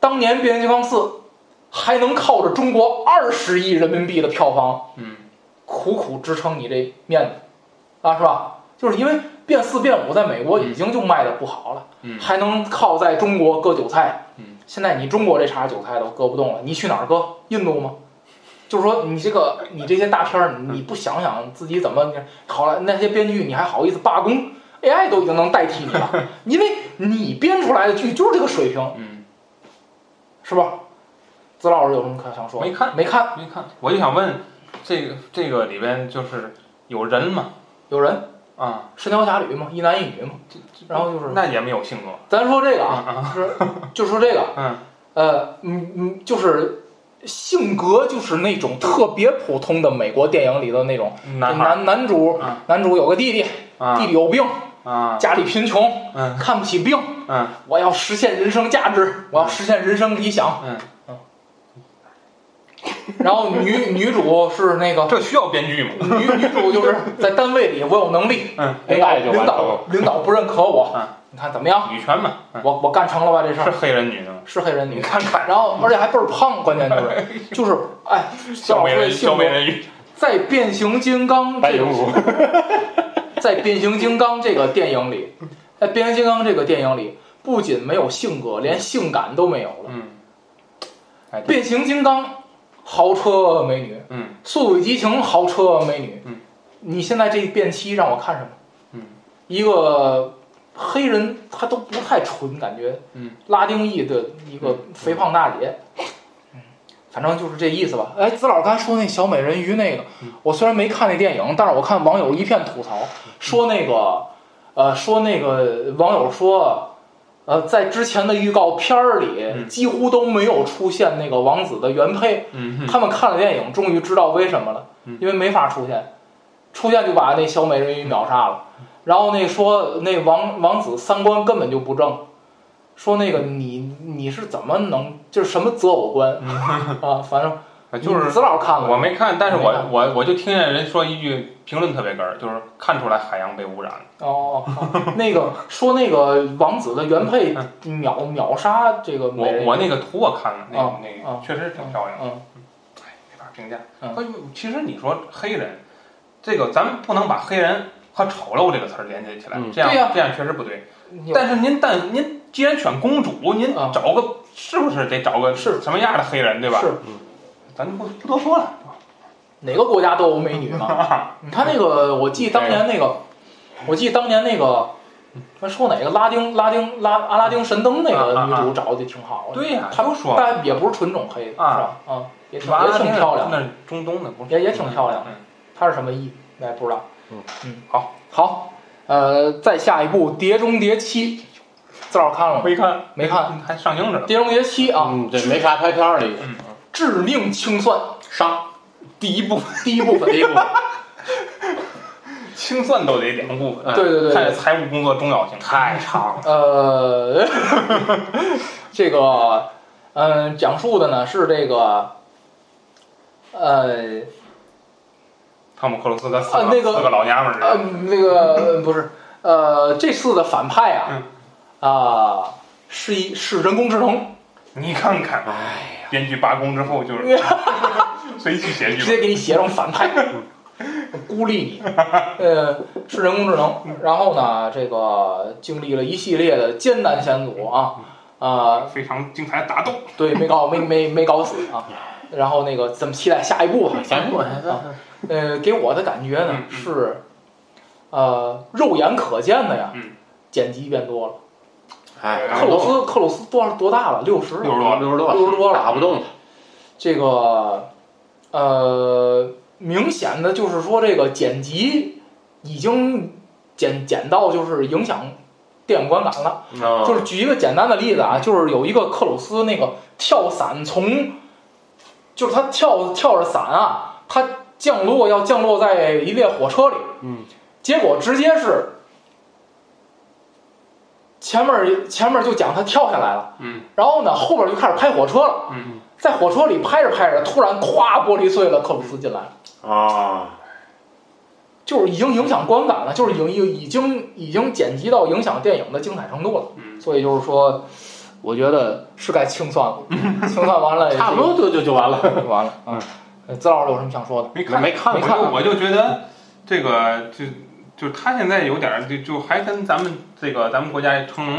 [SPEAKER 3] 当年《变形金刚四》还能靠着中国二十亿人民币的票房
[SPEAKER 4] 嗯，
[SPEAKER 3] 苦苦支撑你这面子啊，是吧？就是因为变四变五在美国已经就卖的不好了，
[SPEAKER 4] 嗯
[SPEAKER 3] 还能靠在中国割韭菜。
[SPEAKER 4] 嗯，
[SPEAKER 3] 现在你中国这茬韭菜都割不动了，你去哪儿割？印度吗？就是说你这个你这些大片儿，你不想想自己怎么好了？那些编剧你还好意思罢工？AI 都已经能代替你了， 因为你编出来的剧就是这个水平，
[SPEAKER 4] 嗯，
[SPEAKER 3] 是吧？子老师有什么可想说？
[SPEAKER 4] 没看
[SPEAKER 3] 没看，
[SPEAKER 4] 没看，我就想问，这个这个里边就是有人吗？
[SPEAKER 3] 有人
[SPEAKER 4] 啊，
[SPEAKER 3] 《神雕侠侣》嘛，一男一女嘛，然后就是
[SPEAKER 4] 那也没有性格。
[SPEAKER 3] 咱说这个啊，就是 就说这个，
[SPEAKER 4] 嗯
[SPEAKER 3] 呃，嗯嗯，就是性格就是那种特别普通的美国电影里的那种
[SPEAKER 4] 男孩
[SPEAKER 3] 男男主
[SPEAKER 4] 嗯
[SPEAKER 3] 男主有个弟弟，弟
[SPEAKER 4] 啊
[SPEAKER 3] 弟有病，
[SPEAKER 4] 啊，
[SPEAKER 3] 家里贫穷，
[SPEAKER 4] 嗯
[SPEAKER 3] 看不起病，
[SPEAKER 4] 嗯
[SPEAKER 3] 我要实现人生价值，我要实现人生理想。
[SPEAKER 4] 嗯，
[SPEAKER 3] 然后女女主是那个
[SPEAKER 4] 这需要编剧吗？
[SPEAKER 3] 女女主就是在单位里我有能力，
[SPEAKER 4] 嗯
[SPEAKER 3] 领导
[SPEAKER 5] AI 就
[SPEAKER 3] 领
[SPEAKER 5] 完成了
[SPEAKER 3] 导领导不认可我
[SPEAKER 4] 嗯，
[SPEAKER 3] 你看怎么样？
[SPEAKER 4] 女权嘛，嗯
[SPEAKER 3] 我我干成了吧这事
[SPEAKER 4] 是
[SPEAKER 3] 儿，
[SPEAKER 4] 黑人女的吗？
[SPEAKER 3] 是黑人女
[SPEAKER 4] 你。看看，
[SPEAKER 3] 然后而且还倍儿胖，关键就是就是哎，
[SPEAKER 4] 小美
[SPEAKER 3] 老
[SPEAKER 4] 人
[SPEAKER 3] 师的性
[SPEAKER 4] 小
[SPEAKER 3] 格
[SPEAKER 4] 美人哎鱼，
[SPEAKER 3] 在变形金刚
[SPEAKER 5] 白
[SPEAKER 3] 这个
[SPEAKER 5] 云谷，
[SPEAKER 3] 在变形金刚这个电影里，在变形金刚这个电影里，不仅没有性格，连性感都没有了。
[SPEAKER 4] 嗯，哎，对，
[SPEAKER 3] 变形金刚豪车美女，
[SPEAKER 4] 嗯
[SPEAKER 3] 速度与激情豪车美女，
[SPEAKER 4] 嗯，
[SPEAKER 3] 你现在这变期让我看什么？
[SPEAKER 4] 嗯，
[SPEAKER 3] 一个黑人他都不太纯，感觉，
[SPEAKER 4] 嗯，
[SPEAKER 3] 拉丁裔的一个肥胖大姐，反正就是这意思吧。哎，子老师刚才说那小美人鱼那个
[SPEAKER 4] 嗯，
[SPEAKER 3] 我虽然没看那电影，但是我看网友一片吐槽，说那个，呃，说那个网友说，呃，在之前的预告片儿里
[SPEAKER 4] 嗯
[SPEAKER 3] 几乎都没有出现那个王子的原配，
[SPEAKER 4] 嗯哼，
[SPEAKER 3] 他们看了电影，终于知道为什么了
[SPEAKER 4] 嗯，
[SPEAKER 3] 因为没法出现，出现就把那小美人鱼秒杀了。
[SPEAKER 4] 嗯
[SPEAKER 3] 然后那说那王王子三观根本就不正，说那
[SPEAKER 4] 嗯
[SPEAKER 3] 个你你是怎么能就是什么择偶观 啊？反正
[SPEAKER 4] 哎就是
[SPEAKER 3] 子老看了，
[SPEAKER 4] 我没看，但是
[SPEAKER 3] 嗯没
[SPEAKER 4] 我
[SPEAKER 3] 看
[SPEAKER 4] 我我就听见人说一句评论特别哏儿，就是看出来海洋被污染了。
[SPEAKER 3] 哦，好那个说那个王子的原配秒秒杀这个美
[SPEAKER 4] 嗯我
[SPEAKER 3] 人鱼
[SPEAKER 4] 我那个图我看了，那
[SPEAKER 3] 啊
[SPEAKER 4] 个那
[SPEAKER 3] 啊
[SPEAKER 4] 个确实挺漂亮的，哎
[SPEAKER 3] 嗯
[SPEAKER 4] 没法评价。
[SPEAKER 3] 嗯
[SPEAKER 4] 关于其实你说黑人，这个咱们不能把黑人和丑陋这个词儿连接起来
[SPEAKER 5] 嗯，
[SPEAKER 4] 这样
[SPEAKER 3] 对呀
[SPEAKER 4] 这样确实不对。
[SPEAKER 3] 你
[SPEAKER 4] 但是您但您既然选公主，您
[SPEAKER 3] 啊
[SPEAKER 4] 找个是不是得找个
[SPEAKER 3] 是
[SPEAKER 4] 什么样的黑人对吧？
[SPEAKER 3] 是
[SPEAKER 4] 咱就不不多说了。
[SPEAKER 3] 哪个国家都有美女 嘛？你看那个，我记当年那个，我记当年那个，他说哪个拉丁拉丁拉阿拉丁神灯那个女主找的挺好的，
[SPEAKER 4] 啊对呀，
[SPEAKER 3] 她
[SPEAKER 4] 都说
[SPEAKER 3] 但也不是纯种黑的，是吧？啊，也挺
[SPEAKER 4] 完
[SPEAKER 3] 也
[SPEAKER 4] 了
[SPEAKER 3] 挺漂亮的，
[SPEAKER 4] 那是中东的不是
[SPEAKER 3] 也也挺漂亮的
[SPEAKER 4] 嗯。
[SPEAKER 3] 她是什么裔，那也不知道。
[SPEAKER 5] 嗯
[SPEAKER 3] 嗯，
[SPEAKER 4] 好，
[SPEAKER 3] 好，呃，再下一部《碟中谍七》，自个儿看了吗？
[SPEAKER 4] 没看
[SPEAKER 3] 没看，
[SPEAKER 4] 还上映着
[SPEAKER 3] 《
[SPEAKER 4] 呢。
[SPEAKER 3] 碟中谍七》啊，
[SPEAKER 5] 嗯，这没啥开篇儿了已经。
[SPEAKER 3] 致命清算
[SPEAKER 5] 上
[SPEAKER 4] 第一部
[SPEAKER 3] 第一部分，
[SPEAKER 5] 第一部，
[SPEAKER 4] 清算都得两部分，
[SPEAKER 3] 对对对
[SPEAKER 4] 看见财务工作重要性太长了。
[SPEAKER 3] 呃， 这个，嗯、讲述的呢是这个，呃，
[SPEAKER 4] 汤姆克鲁斯跟四
[SPEAKER 3] 啊那个
[SPEAKER 4] 四个老娘们儿似
[SPEAKER 3] 呃
[SPEAKER 4] 的，，
[SPEAKER 3] 那个不是，呃，这次的反派啊
[SPEAKER 4] 嗯，
[SPEAKER 3] 啊、是一是人工智能，
[SPEAKER 4] 你看看，哎呀，编剧罢工之后就是 谁去写
[SPEAKER 3] 直
[SPEAKER 4] 剧
[SPEAKER 3] 接给你写成反派，孤立你。呃，是人工智能。然后呢，这个经历了一系列的艰难险阻啊，啊、
[SPEAKER 4] 本？非常精彩的打斗，
[SPEAKER 3] 对，没搞没没没搞死啊。然后那个，咱们期待下一步吧。
[SPEAKER 5] 下一步
[SPEAKER 3] 啊，呃，给我的感觉呢
[SPEAKER 4] 嗯嗯嗯
[SPEAKER 3] 是，呃，肉眼可见的呀
[SPEAKER 4] 嗯，
[SPEAKER 3] 剪辑变多了。
[SPEAKER 5] 哎，
[SPEAKER 3] 克鲁斯，克鲁斯多少多大了？六十
[SPEAKER 4] 六十多
[SPEAKER 5] 六十多，
[SPEAKER 3] 六十多了
[SPEAKER 5] 打不动了。
[SPEAKER 3] 这个，呃，明显的就是说，这个剪辑已经剪剪到就是影响电影观感了。
[SPEAKER 4] 嗯
[SPEAKER 5] 啊
[SPEAKER 3] 就是举一个简单的例子啊，就是有一个克鲁斯那个跳伞从，就是他跳跳着伞啊，他降落要降落在一列火车里，
[SPEAKER 5] 嗯，
[SPEAKER 3] 结果直接是前面前面就讲他跳下来了，
[SPEAKER 4] 嗯，
[SPEAKER 3] 然后呢后边就开始拍火车了，
[SPEAKER 4] 嗯，
[SPEAKER 3] 在火车里拍着拍着，突然咵玻璃碎了，克鲁斯进来了，
[SPEAKER 5] 啊，
[SPEAKER 3] 就是已经影响观感了，就是已已已经已经剪辑到影响电影的精彩程度了。
[SPEAKER 4] 嗯，
[SPEAKER 3] 所以就是说，我觉得是该清算 了，清算完了，
[SPEAKER 5] 差不多就就就完了。
[SPEAKER 3] 多完了
[SPEAKER 4] 嗯
[SPEAKER 3] 啊。呃资料有什么想说的？
[SPEAKER 4] 没看
[SPEAKER 5] 没看
[SPEAKER 4] 我
[SPEAKER 3] 没看
[SPEAKER 4] 就我就觉得这个就就他现在有点儿就就还跟咱们这个咱们国家成龙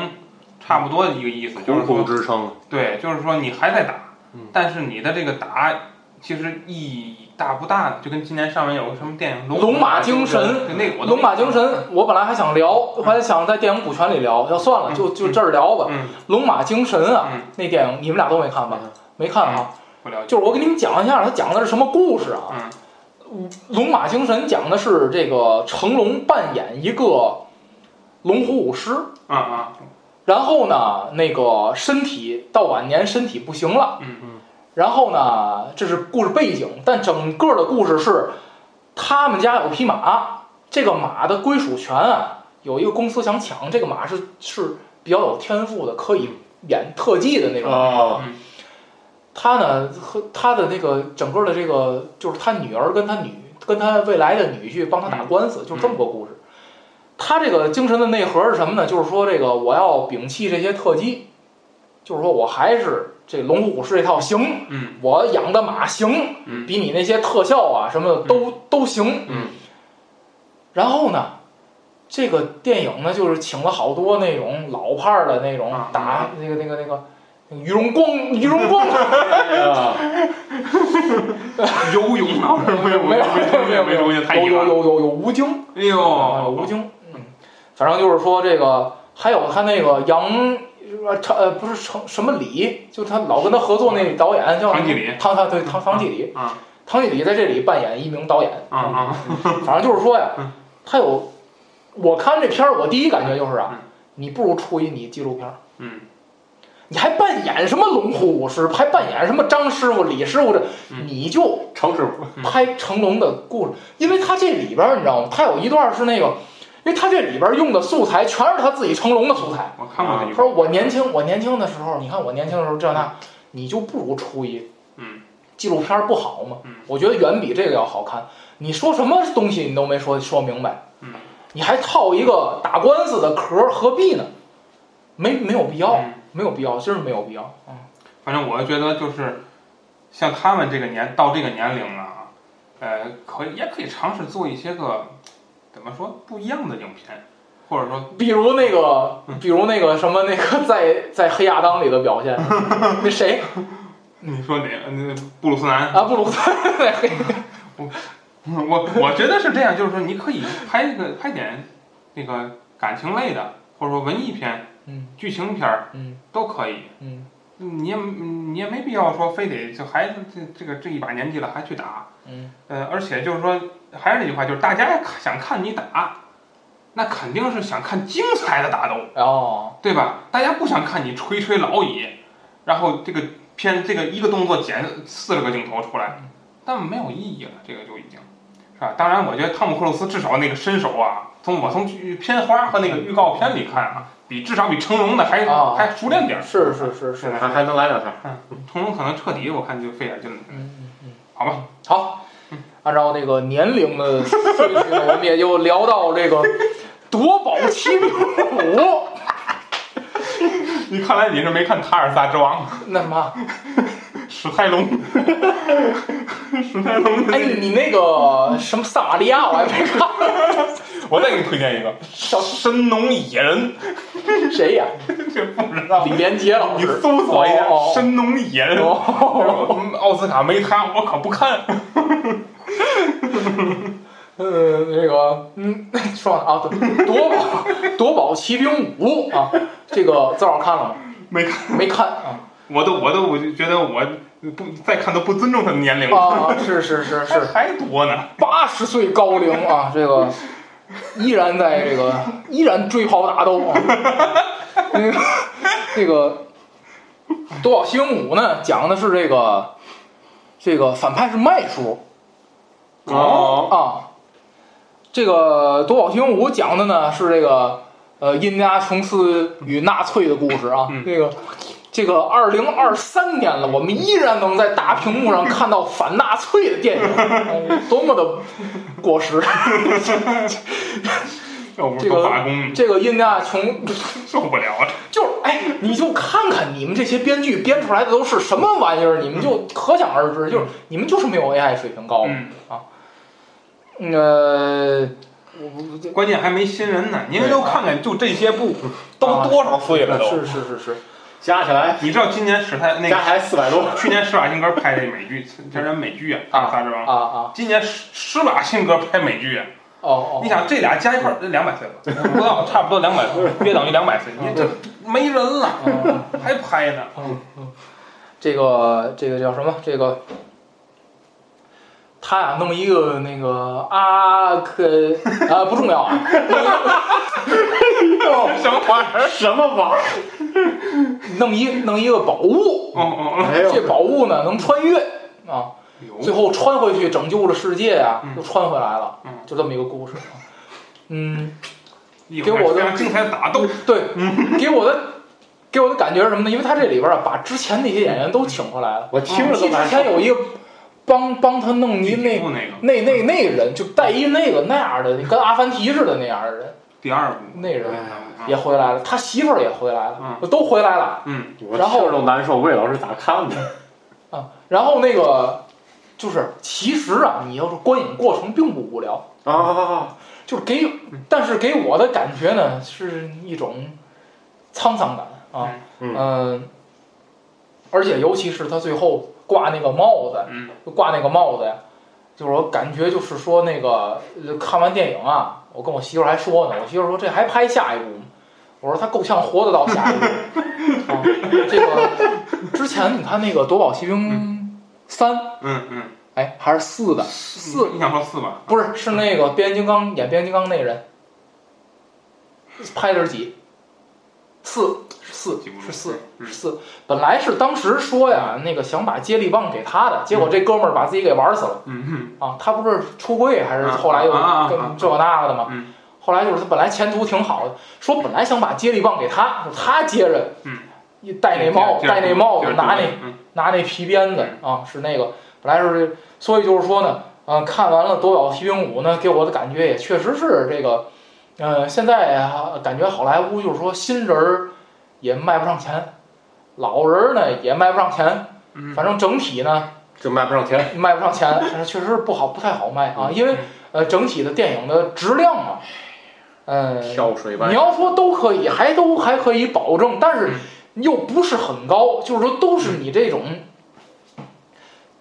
[SPEAKER 4] 差不多一个意思，就是
[SPEAKER 5] 虎
[SPEAKER 4] 说
[SPEAKER 5] 虎支撑，
[SPEAKER 4] 对，就是说你还在打
[SPEAKER 5] 嗯，
[SPEAKER 4] 但是你的这个打其实意义大不大呢？就跟今年上面有个什么电影《
[SPEAKER 3] 龙马
[SPEAKER 4] 马
[SPEAKER 3] 精神
[SPEAKER 4] 对那个我
[SPEAKER 3] 《
[SPEAKER 4] 都
[SPEAKER 3] 龙马精神》，我本来还想聊，我还想在电影补全里聊，要算了，
[SPEAKER 4] 嗯
[SPEAKER 3] 就就这儿聊吧。
[SPEAKER 4] 嗯
[SPEAKER 3] 《龙马精神》啊
[SPEAKER 4] 嗯，
[SPEAKER 3] 那电影你们俩都没看吧？没看啊，
[SPEAKER 4] 不了解，
[SPEAKER 3] 就是我给你们讲一下，它讲的是什么故事啊？
[SPEAKER 4] 嗯
[SPEAKER 3] 《龙马精神》讲的是这个成龙扮演一个龙虎舞狮，
[SPEAKER 4] 啊啊，
[SPEAKER 3] 然后呢，那个身体到晚年身体不行了，
[SPEAKER 4] 嗯嗯
[SPEAKER 3] 然后呢，这是故事背景，但整个的故事是，他们家有匹马，这个马的归属权啊，有一个公司想抢，这个马是是比较有天赋的，可以演特技的那种。
[SPEAKER 5] 哦，
[SPEAKER 3] 他呢和他的那个整个的这个，就是他女儿跟他女跟他未来的女婿帮他打官司，就是这么个故事。他这个精神的内核是什么呢？就是说这个我要摒弃这些特技，就是说我还是这龙虎武士这套行，
[SPEAKER 4] 嗯
[SPEAKER 3] 我养的马行，
[SPEAKER 4] 嗯
[SPEAKER 3] 比你那些特效啊什么的都、都行。
[SPEAKER 4] 嗯。
[SPEAKER 3] 然后呢，这个电影呢，就是请了好多那种老派儿的那种
[SPEAKER 4] 啊
[SPEAKER 3] 打那个那个那个于荣光于荣光
[SPEAKER 5] 哎呀，
[SPEAKER 4] 游泳啊，没有
[SPEAKER 3] 没有没有
[SPEAKER 4] 没
[SPEAKER 3] 有
[SPEAKER 4] 有
[SPEAKER 3] 有
[SPEAKER 4] 太远
[SPEAKER 3] 有
[SPEAKER 4] 了，
[SPEAKER 3] 有有有吴京
[SPEAKER 4] 哎
[SPEAKER 3] 啊，有
[SPEAKER 4] 呦，
[SPEAKER 3] 吴京，嗯，反正就是说这个，还有他那个杨呃成呃不是成什么李，就他老跟他合作那导演叫
[SPEAKER 4] 唐季礼
[SPEAKER 3] 唐唐对唐唐季礼，
[SPEAKER 4] 嗯
[SPEAKER 3] 唐季礼在这里扮演一名导演，
[SPEAKER 4] 啊啊，
[SPEAKER 3] 反正就是说呀
[SPEAKER 4] 嗯，
[SPEAKER 3] 他有，我看这片儿，我第一感觉就是啊
[SPEAKER 4] 嗯，
[SPEAKER 3] 你不如出一你纪录片儿，
[SPEAKER 4] 嗯
[SPEAKER 3] 你还扮演什么龙虎武师，还扮演什么张师傅、李师傅这，
[SPEAKER 4] 嗯
[SPEAKER 3] 你就
[SPEAKER 5] 程师傅，
[SPEAKER 3] 拍成龙的故事，因为他这里边儿你知道吗？他有一段是那个，因为他这里边儿用的素材全是他自己成龙的素材。
[SPEAKER 4] 我看过那一
[SPEAKER 3] 他
[SPEAKER 4] 部，
[SPEAKER 3] 说我年轻，我年轻的时候，你看我年轻的时候这那，你就不如初一。
[SPEAKER 4] 嗯，
[SPEAKER 3] 纪录片儿不好吗
[SPEAKER 4] 嗯？
[SPEAKER 3] 我觉得远比这个要好看。你说什么东西你都没说说明白，
[SPEAKER 4] 嗯，
[SPEAKER 3] 你还套一个打官司的壳儿，何必呢？没没有必要，
[SPEAKER 4] 嗯
[SPEAKER 3] 没有必要，真是没有必要。嗯，
[SPEAKER 4] 反正我觉得就是像他们这个年到这个年龄了啊，呃，可以也可以尝试做一些个怎么说不一样的影片，或者说
[SPEAKER 3] 比如那个
[SPEAKER 4] 嗯，
[SPEAKER 3] 比如那个什么，那个在在黑亚当里的 表现，那谁
[SPEAKER 4] 你说哪个那布鲁斯南，
[SPEAKER 3] 啊，布鲁斯 在黑，
[SPEAKER 4] 我我觉得是这样，就是说你可以拍一个拍点那个感情类的，或者说文艺片、
[SPEAKER 3] 嗯
[SPEAKER 4] 剧情片儿
[SPEAKER 3] 嗯
[SPEAKER 4] 都可以。
[SPEAKER 3] 嗯
[SPEAKER 4] 你也你也没必要说非得就还这这个这一把年纪了还去打，
[SPEAKER 3] 嗯，
[SPEAKER 4] 呃，而且就是说，还是那句话，就是大家看想看你打，那肯定是想看精彩的打斗，
[SPEAKER 3] 哦，
[SPEAKER 4] 对吧？大家不想看你垂垂老矣，然后这个片这个一个动作剪四十个镜头出来，
[SPEAKER 3] 嗯
[SPEAKER 4] 但没有意义了，这个就已经是吧？当然，我觉得汤姆克鲁斯至少那个身手啊，从我从剧片花和那个预告片里看啊，比至少比成龙的还、
[SPEAKER 3] 哦
[SPEAKER 4] 还熟练点儿。
[SPEAKER 3] 是是是是，
[SPEAKER 4] 是
[SPEAKER 5] 还
[SPEAKER 4] 吧？
[SPEAKER 5] 还能来两下。
[SPEAKER 4] 成龙可能彻底我看就费点劲了，
[SPEAKER 3] 嗯嗯嗯，
[SPEAKER 4] 好吧？
[SPEAKER 3] 好，按照那个年龄的顺序呢，我们也就聊到 这个夺宝奇兵五，
[SPEAKER 4] 你看来你是没看《塔尔萨之王》。
[SPEAKER 3] 那什么，
[SPEAKER 4] 史泰龙，史泰龙的
[SPEAKER 3] 哎，
[SPEAKER 4] 那个，
[SPEAKER 3] 你那个什么撒玛利亚我还没看，
[SPEAKER 4] 我再给你推荐一个《神农野人
[SPEAKER 3] 谁演？》，
[SPEAKER 4] 这不知道
[SPEAKER 3] 李，连杰老
[SPEAKER 4] 你
[SPEAKER 3] 师。
[SPEAKER 4] 搜索一下
[SPEAKER 3] 哦哦
[SPEAKER 4] 《神农野人》嗯 奥斯卡没他，我可不看。
[SPEAKER 3] 呃，这个，嗯， 说完了啊，对，夺宝夺宝奇兵五啊，这个正好看了吗？
[SPEAKER 4] 没
[SPEAKER 3] 看，没看啊
[SPEAKER 4] 我都，我都，我就觉得我不再看都不尊重他的年龄，
[SPEAKER 3] 啊，是是是
[SPEAKER 4] 还
[SPEAKER 3] 是，
[SPEAKER 4] 还多呢。
[SPEAKER 3] 八十岁高龄啊，这个依然在这个依然追跑打斗啊，那个这个夺宝奇兵五呢，讲的是这个这个反派是麦叔，
[SPEAKER 5] 哦，
[SPEAKER 3] 啊，这个《夺宝奇兵五》讲的呢是这个呃，印第安琼斯与纳粹的故事啊。
[SPEAKER 4] 嗯
[SPEAKER 3] 这个这个二零二三年了，我们依然能在大屏幕上看到反纳粹的电影，哎多么的 过时！
[SPEAKER 4] 要不
[SPEAKER 3] 这
[SPEAKER 4] 都
[SPEAKER 3] 个
[SPEAKER 4] 罢工，
[SPEAKER 3] 这个印第安琼
[SPEAKER 4] 受不了啊了。
[SPEAKER 3] 就是哎，你就看看你们这些编剧编出来的都是什么玩意儿，你们就可想而知，就是你们就是没有 AI 水平高。
[SPEAKER 4] 嗯，
[SPEAKER 3] 嗯、呃，我这
[SPEAKER 4] 关键还没新人呢，您就看看，就这些部都
[SPEAKER 3] 啊
[SPEAKER 4] 多
[SPEAKER 5] 哦
[SPEAKER 4] 少岁了都。
[SPEAKER 3] 是是是是，
[SPEAKER 5] 加起来
[SPEAKER 4] 你知道今年史泰那个
[SPEAKER 5] 加起来四百多。
[SPEAKER 4] 去年施瓦辛格拍这美剧，这叫美剧啊，《大杀之王》。
[SPEAKER 3] 啊啊
[SPEAKER 4] 今年施施瓦辛格拍美剧啊，
[SPEAKER 3] 哦哦，
[SPEAKER 4] 你想这俩加一块儿，这两百岁了，不到，差不多两百，约等于两百岁。你 这没人了，
[SPEAKER 3] 嗯
[SPEAKER 4] 还拍呢？
[SPEAKER 3] 嗯嗯，这个这个叫什么？这个他呀，弄一个那个阿克啊，不重要啊，
[SPEAKER 4] 什么玩意儿？
[SPEAKER 5] 什么玩意儿？
[SPEAKER 3] 弄一弄一个宝物，
[SPEAKER 4] 哦哦
[SPEAKER 5] 哎
[SPEAKER 3] 这
[SPEAKER 5] 呦，
[SPEAKER 3] 宝物呢能穿越啊，
[SPEAKER 4] 哦，
[SPEAKER 3] 最
[SPEAKER 4] 有
[SPEAKER 3] 后穿回去拯救了世界呀、
[SPEAKER 4] 嗯
[SPEAKER 3] 又穿回来了
[SPEAKER 4] 嗯，
[SPEAKER 3] 就这么一个故事。啊嗯，
[SPEAKER 4] 一
[SPEAKER 3] 给我
[SPEAKER 4] 会儿
[SPEAKER 3] 的
[SPEAKER 4] 非常精彩的打斗，
[SPEAKER 3] 对，给我的给我的感觉是什么呢？因为他这里边啊，把之前那些演员都请回来了。
[SPEAKER 5] 我听着
[SPEAKER 3] 记
[SPEAKER 5] 都
[SPEAKER 3] 之
[SPEAKER 5] 难
[SPEAKER 3] 前
[SPEAKER 5] 受。
[SPEAKER 3] 有一个帮帮他弄一那
[SPEAKER 4] 部那个
[SPEAKER 3] 那那那个人就带一那个那样的，跟阿凡提似的那样的人，
[SPEAKER 4] 第二部，
[SPEAKER 3] 那
[SPEAKER 5] 嗯
[SPEAKER 3] 人
[SPEAKER 4] 啊
[SPEAKER 3] 也回来了，他媳妇儿也回来了，
[SPEAKER 4] 嗯
[SPEAKER 3] 都回来了
[SPEAKER 4] 嗯
[SPEAKER 5] 我听着都难受。魏老师咋看的？
[SPEAKER 3] 啊。然后那个就是，其实啊，你要是观影过程并不无聊，
[SPEAKER 5] 啊，
[SPEAKER 3] 就是给，
[SPEAKER 5] 嗯
[SPEAKER 3] 但是给我的感觉呢是一种沧桑感啊，
[SPEAKER 5] 嗯
[SPEAKER 3] 嗯，而且尤其是他最后挂那个帽子，
[SPEAKER 4] 嗯
[SPEAKER 3] 就挂那个帽子呀，就是我感觉就是说那个呃看完电影啊，我跟我媳妇儿还说呢，我媳妇儿说这还拍下一部吗？我说他够呛活得到下一 部。啊，这个之前你看那个《夺宝奇兵三》，
[SPEAKER 4] 嗯嗯，
[SPEAKER 3] 哎，还是四的四
[SPEAKER 4] 你想说四吧？
[SPEAKER 3] 不是，是那个变形金刚演变形金刚那个人，拍的是几？四是四
[SPEAKER 4] 记不住
[SPEAKER 3] 是四
[SPEAKER 4] 嗯
[SPEAKER 3] 是四。本来是当时说呀，那个想把接力棒给他的，结果这哥们儿把自己给玩死了
[SPEAKER 4] 嗯嗯
[SPEAKER 3] 啊！他不是出柜还是
[SPEAKER 4] 啊
[SPEAKER 3] 后来又
[SPEAKER 4] 啊啊啊
[SPEAKER 3] 跟这个那个的吗
[SPEAKER 4] 嗯？
[SPEAKER 3] 后来就是他本来前途挺好的，说本来想把接力棒给他，说他接着
[SPEAKER 4] 嗯，
[SPEAKER 3] 一戴那帽，
[SPEAKER 4] 接着
[SPEAKER 3] 戴那帽子，拿那
[SPEAKER 4] 嗯
[SPEAKER 3] 拿那皮鞭子啊，是那个本来是，所以就是说呢，嗯、看完了《夺宝奇兵五》呢，给我的感觉也确实是这个，呃，现在、啊、感觉好莱坞就是说新人儿也卖不上钱，老人儿呢也卖不上钱，
[SPEAKER 4] 嗯，
[SPEAKER 3] 反正整体呢
[SPEAKER 5] 就卖不上钱。
[SPEAKER 3] 卖不上钱，但是确实是不好，不太好卖啊，
[SPEAKER 4] 嗯
[SPEAKER 3] 因为呃整体的电影的质量嘛，呃，
[SPEAKER 4] 哎
[SPEAKER 5] 挑水
[SPEAKER 3] 你
[SPEAKER 5] 吧，
[SPEAKER 3] 要说都可以，还都还可以保证，但是
[SPEAKER 4] 嗯
[SPEAKER 3] 又不是很高，就是说都是你这种，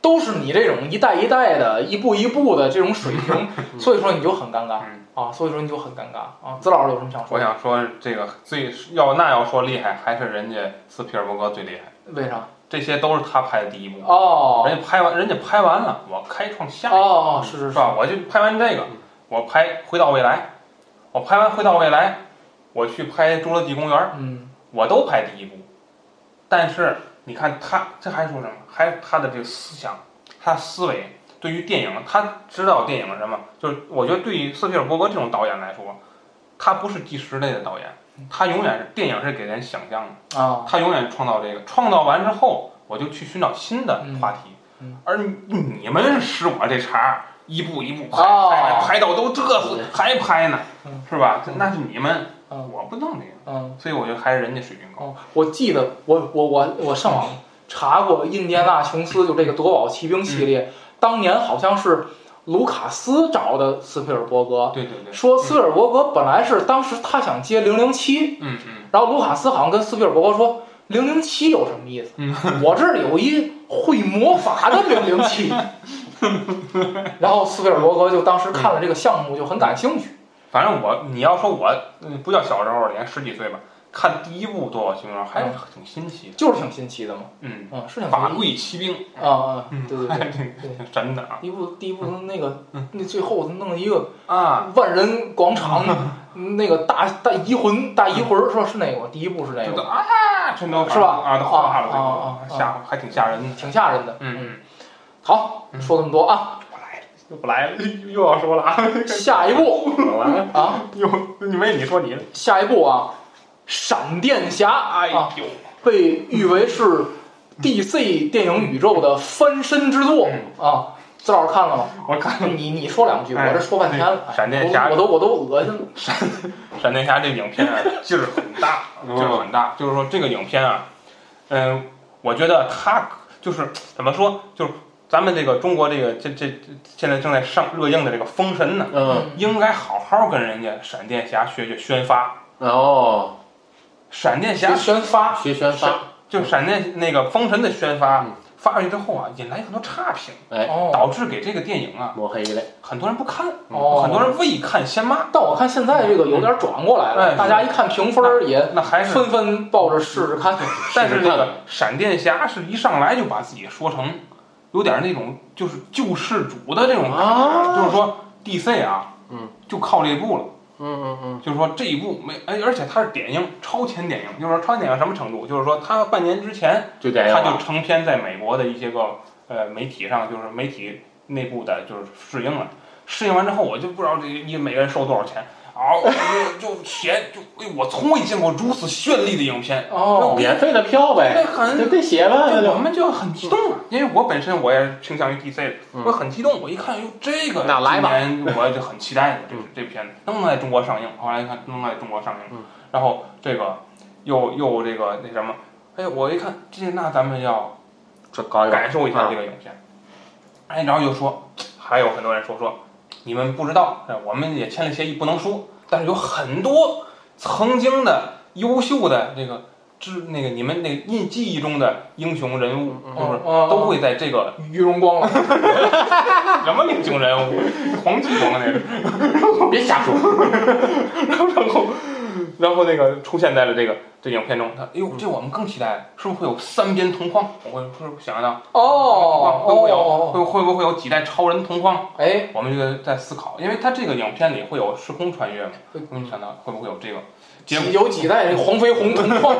[SPEAKER 3] 都是你这种一代一代的、一步一步的这种水平，所以说你就很尴尬
[SPEAKER 4] 嗯
[SPEAKER 3] 啊，所以说你就很尴尬啊。子老师有什么想说
[SPEAKER 4] 我
[SPEAKER 3] 的？
[SPEAKER 4] 想说这个最要那要说厉害，还是人家斯皮尔伯格最厉害，
[SPEAKER 3] 为啥？
[SPEAKER 4] 这些都是他拍的第一部，
[SPEAKER 3] 哦
[SPEAKER 4] 人家拍完人家拍完了，我开创哎下一个，
[SPEAKER 3] 哦，是是
[SPEAKER 4] 是
[SPEAKER 3] 是，
[SPEAKER 4] 吧？我就拍完这个，我拍《回到未来》，我拍完《回到未来》，我去拍《侏罗纪公园》，
[SPEAKER 3] 嗯
[SPEAKER 4] 我都排第一部，但是你看他这还说什么？还他的这个思想，他思维对于电影，他知道电影是什么？就是我觉得对于斯皮尔伯格这种导演来说，他不是纪实类的导演，他永远是电影是给人想象的，
[SPEAKER 3] 啊，
[SPEAKER 4] 他永远创造这个，创造完之后，我就去寻找新的话题。
[SPEAKER 3] 嗯嗯
[SPEAKER 4] 而你你们使我这茬儿，一步一步拍，
[SPEAKER 3] 哦
[SPEAKER 4] 拍拍拍到都这死
[SPEAKER 3] 对
[SPEAKER 4] 还拍呢
[SPEAKER 3] 嗯，
[SPEAKER 4] 是吧？那是你们，
[SPEAKER 3] 嗯
[SPEAKER 4] 我不弄这个，
[SPEAKER 3] 嗯
[SPEAKER 4] 所以我觉得还是人家水平高。
[SPEAKER 3] 哦，我记得我我我我上网查过印第安纳琼斯就这个夺宝奇兵系
[SPEAKER 4] 嗯
[SPEAKER 3] 列，当年好像是卢卡斯找的斯皮尔伯格，
[SPEAKER 4] 对对对。
[SPEAKER 3] 说斯皮尔伯格本来是当时他想接《零零七》，
[SPEAKER 4] 嗯嗯
[SPEAKER 3] 然后卢卡斯好像跟斯皮尔伯格说，《零零七》有什么意思？
[SPEAKER 4] 嗯
[SPEAKER 3] 我这儿有一会魔法的零 零七。然后斯皮尔伯格就当时看了这个项目就很感兴趣。，
[SPEAKER 4] 反正我你要说我，嗯，不叫小时候，连十几岁吧，看第一部《夺宝奇兵》还是挺新奇的。
[SPEAKER 3] 就是挺新奇的嘛，
[SPEAKER 4] 嗯，
[SPEAKER 3] 嗯，是挺新奇
[SPEAKER 4] 法
[SPEAKER 3] 的
[SPEAKER 4] 贵骑兵，
[SPEAKER 3] 啊啊
[SPEAKER 4] 嗯，
[SPEAKER 3] 对对对，
[SPEAKER 4] 挺
[SPEAKER 3] 对
[SPEAKER 4] 挺神的啊
[SPEAKER 3] 第一部第一部那个
[SPEAKER 4] 嗯
[SPEAKER 3] 那最后弄了一个
[SPEAKER 4] 啊！
[SPEAKER 3] 万人 广场，那个大大移魂大移魂，说是那个，第一部是那
[SPEAKER 4] 就
[SPEAKER 3] 个，
[SPEAKER 4] 都啊，全都
[SPEAKER 3] 是吧
[SPEAKER 4] 啊，都化
[SPEAKER 3] 啊啊
[SPEAKER 4] 了，
[SPEAKER 3] 啊
[SPEAKER 4] 这个吓还挺吓人的。
[SPEAKER 3] 挺吓人的。嗯，
[SPEAKER 4] 嗯，
[SPEAKER 3] 好，
[SPEAKER 4] 嗯
[SPEAKER 3] 说这么多 啊，
[SPEAKER 4] 又不来了，哎又要说了啊！
[SPEAKER 3] 下一步。
[SPEAKER 5] 本来
[SPEAKER 3] 啊，
[SPEAKER 4] 又你没你说你的，
[SPEAKER 3] 下一步啊，闪电侠
[SPEAKER 4] 哎
[SPEAKER 3] 啊，
[SPEAKER 4] 呦，
[SPEAKER 3] 被誉为是 DC 电影宇宙的翻身之作啊。资老师看了吗？
[SPEAKER 4] 嗯我看
[SPEAKER 3] 你你说两句，
[SPEAKER 4] 哎
[SPEAKER 3] 我这说半天了。哎
[SPEAKER 4] 闪电侠
[SPEAKER 3] 我都我都我都恶心了。
[SPEAKER 4] 闪电侠这影 片啊劲儿很大，
[SPEAKER 3] 哦
[SPEAKER 4] 劲儿很大。就是说这个影片啊，嗯，我觉得它就是怎么说，就是咱们这个中国这个这这这现在正在上热映的这个《封神》呢，
[SPEAKER 5] 嗯，
[SPEAKER 4] 应该好好跟人家闪电侠学学宣发。
[SPEAKER 5] 然后
[SPEAKER 4] 闪电侠
[SPEAKER 3] 学宣发，
[SPEAKER 5] 学宣发，
[SPEAKER 4] 就是闪电那个《封神》的宣发
[SPEAKER 5] 嗯
[SPEAKER 4] 发出去之后啊，引来很多差评，
[SPEAKER 5] 哎，
[SPEAKER 3] 哦
[SPEAKER 4] 导致给这个电影啊
[SPEAKER 5] 抹黑嘞，
[SPEAKER 4] 很多人不看，
[SPEAKER 3] 哦，
[SPEAKER 4] 很多。人未看先骂。
[SPEAKER 3] 但我看现在这个有点转过来
[SPEAKER 4] 哎
[SPEAKER 3] 了，
[SPEAKER 4] 是
[SPEAKER 3] 大家一看评分儿也
[SPEAKER 4] 那还是
[SPEAKER 3] 纷纷抱着试 试看。
[SPEAKER 4] 但是
[SPEAKER 5] 试试
[SPEAKER 4] 那
[SPEAKER 5] 看
[SPEAKER 4] 个闪电侠是一上来就把自己说成有点那种就是救世主的这种感觉，
[SPEAKER 5] 啊
[SPEAKER 4] 就是说 DC 啊，
[SPEAKER 5] 嗯，
[SPEAKER 4] 就靠这一部了，
[SPEAKER 5] 嗯嗯嗯，
[SPEAKER 4] 就是说这一部没，哎，而且它是点映超前点映，就是说超前点映什么程度？就是说它半年之前，
[SPEAKER 5] 就这
[SPEAKER 4] 它
[SPEAKER 5] 样
[SPEAKER 4] 就
[SPEAKER 5] 了，
[SPEAKER 4] 成片在美国的一些个呃媒体上，就是媒体内部的就是试映了，试映完之后我就不知道这一每个人收多少钱。啊，我就就嫌就哎，我从未见过如此绚丽的影片，
[SPEAKER 3] 哦，
[SPEAKER 5] 免费的票
[SPEAKER 4] 那
[SPEAKER 5] 呗，
[SPEAKER 4] 很
[SPEAKER 5] 就得写吧，那
[SPEAKER 4] 对，我
[SPEAKER 5] 就
[SPEAKER 4] 们就很激动啊，因为我本身我也是倾向于 DC 的，
[SPEAKER 5] 嗯
[SPEAKER 4] 我很激动。我一看，哟，这个
[SPEAKER 5] 那来吧
[SPEAKER 4] 今年我就很期待的，这这片子能不能在中国上映？后来一看能在中国上映
[SPEAKER 5] 嗯，
[SPEAKER 4] 然后这个又又这个那什么，哎，我一看这那咱们要
[SPEAKER 5] 这搞一搞
[SPEAKER 4] 感受一下这个影片，哎，然后又说，还有很多人说说你们不知道，哎我们也签了协议不能说，但是有很多曾经的优秀的这个。知那个你们那个印记忆中的英雄人物，
[SPEAKER 5] 嗯嗯
[SPEAKER 4] 就是
[SPEAKER 3] 哦
[SPEAKER 4] 都会在这个
[SPEAKER 3] 于荣光 了。
[SPEAKER 4] 什么英雄人 物，黄继光那个，
[SPEAKER 5] 别瞎说，
[SPEAKER 4] 然后 然后那个出现在了这个这影片中，他哎
[SPEAKER 3] 嗯
[SPEAKER 4] 呦，这我们更期待，是不是会有三边同框？我会是不是想到
[SPEAKER 3] 哦
[SPEAKER 4] 会不会有、
[SPEAKER 3] 哦，
[SPEAKER 4] 会会不会有几代超人同框？
[SPEAKER 3] 哎，
[SPEAKER 4] 我们就在思考，因为他这个影片里会有时空穿越嘛，我们想到会不会有这个？结果哎
[SPEAKER 3] 有几代黄飞鸿同框，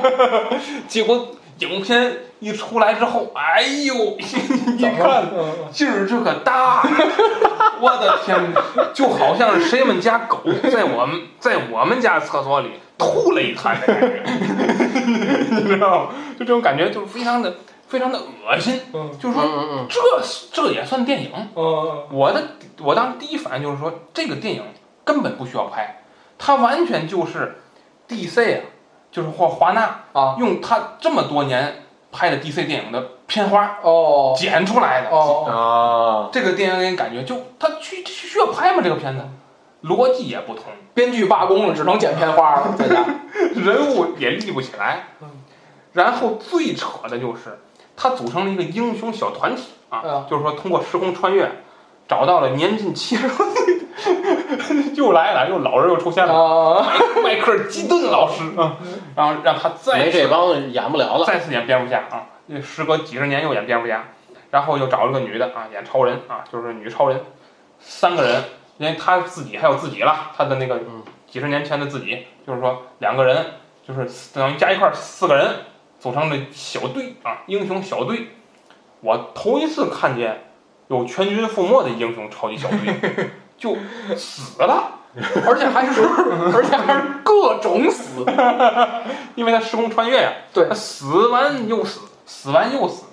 [SPEAKER 4] 结果影片一出来之后，哎呦， 一看劲儿这可大， 我的天，就好像是谁们家狗在我们在我们家厕所里吐了一滩的感觉， 你知道吗？就这种感觉，就是非常的非常的恶心。
[SPEAKER 3] 嗯
[SPEAKER 4] 就是说
[SPEAKER 5] 嗯嗯
[SPEAKER 4] 这这也算电影？
[SPEAKER 3] 嗯，
[SPEAKER 4] 我的我当时第一反应就是说，这个电影根本不需要拍，它完全就是 DC 啊，就是或华纳
[SPEAKER 3] 啊，
[SPEAKER 4] 用他这么多年拍的 DC 电影的片花
[SPEAKER 3] 哦
[SPEAKER 4] 剪出来的。
[SPEAKER 5] 嗯
[SPEAKER 3] 哦，
[SPEAKER 5] 啊，
[SPEAKER 4] 这个电影给你感觉就它需需要拍吗？这个片子逻辑也不通，
[SPEAKER 3] 编剧罢工了，只能剪片花了，在家。
[SPEAKER 4] 人物也立不起来
[SPEAKER 3] 嗯。
[SPEAKER 4] 然后最扯的就是，它组成了一个英雄小团体啊，
[SPEAKER 3] 嗯
[SPEAKER 4] 就是说通过时空穿越，找到了年近七十岁的， 又来了，又老人又出现了，
[SPEAKER 3] 啊，
[SPEAKER 4] 迈克尔基顿老师啊，然后让他再
[SPEAKER 5] 啊没
[SPEAKER 4] 次
[SPEAKER 5] 这帮演不了了。
[SPEAKER 4] 再次演蝙蝠侠啊，那时隔几十年又演蝙蝠侠，然后又找了个女的啊，演超人啊，就是女超人，三个人，因为他自己还有自己了，他的那个
[SPEAKER 5] 嗯
[SPEAKER 4] 几十年前的自己，就是说两个人，就是等于加一块儿四个人组成的小队啊，英雄小队。我头一次看见有全军覆没的英雄超级小 队，就死了，
[SPEAKER 3] 而且还是，而且还是各种死。
[SPEAKER 4] 因为他时空穿越呀、
[SPEAKER 3] 对
[SPEAKER 4] 他死完又死，死完又死，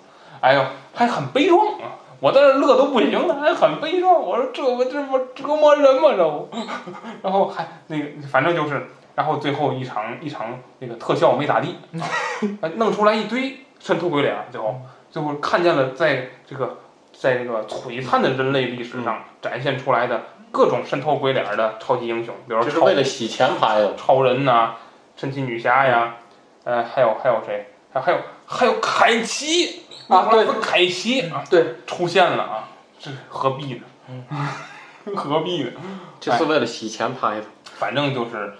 [SPEAKER 4] 哎呦，还很悲壮啊！我在这乐都不行了，还很悲壮。我说这我这不折磨人吗？这不， 然后还那个，反正就是，然后最后一场一场那个特效没咋地， 啊弄出来一堆神头鬼脸儿，最后最后看见了在这个在这个璀璨的人类历史
[SPEAKER 5] 嗯
[SPEAKER 4] 上展现出来的各种神头鬼脸儿的超级英雄，比如
[SPEAKER 5] 这是
[SPEAKER 4] 超
[SPEAKER 5] 为了洗钱拍的，
[SPEAKER 4] 超人呐、神奇女侠呀，呃，还有还有谁？啊还还有还有凯奇
[SPEAKER 3] 啊对，
[SPEAKER 4] 凯奇啊，
[SPEAKER 3] 对，
[SPEAKER 4] 出现了啊，这何必呢？ 何必呢？
[SPEAKER 5] 这是为了洗钱拍的。
[SPEAKER 4] 反正就是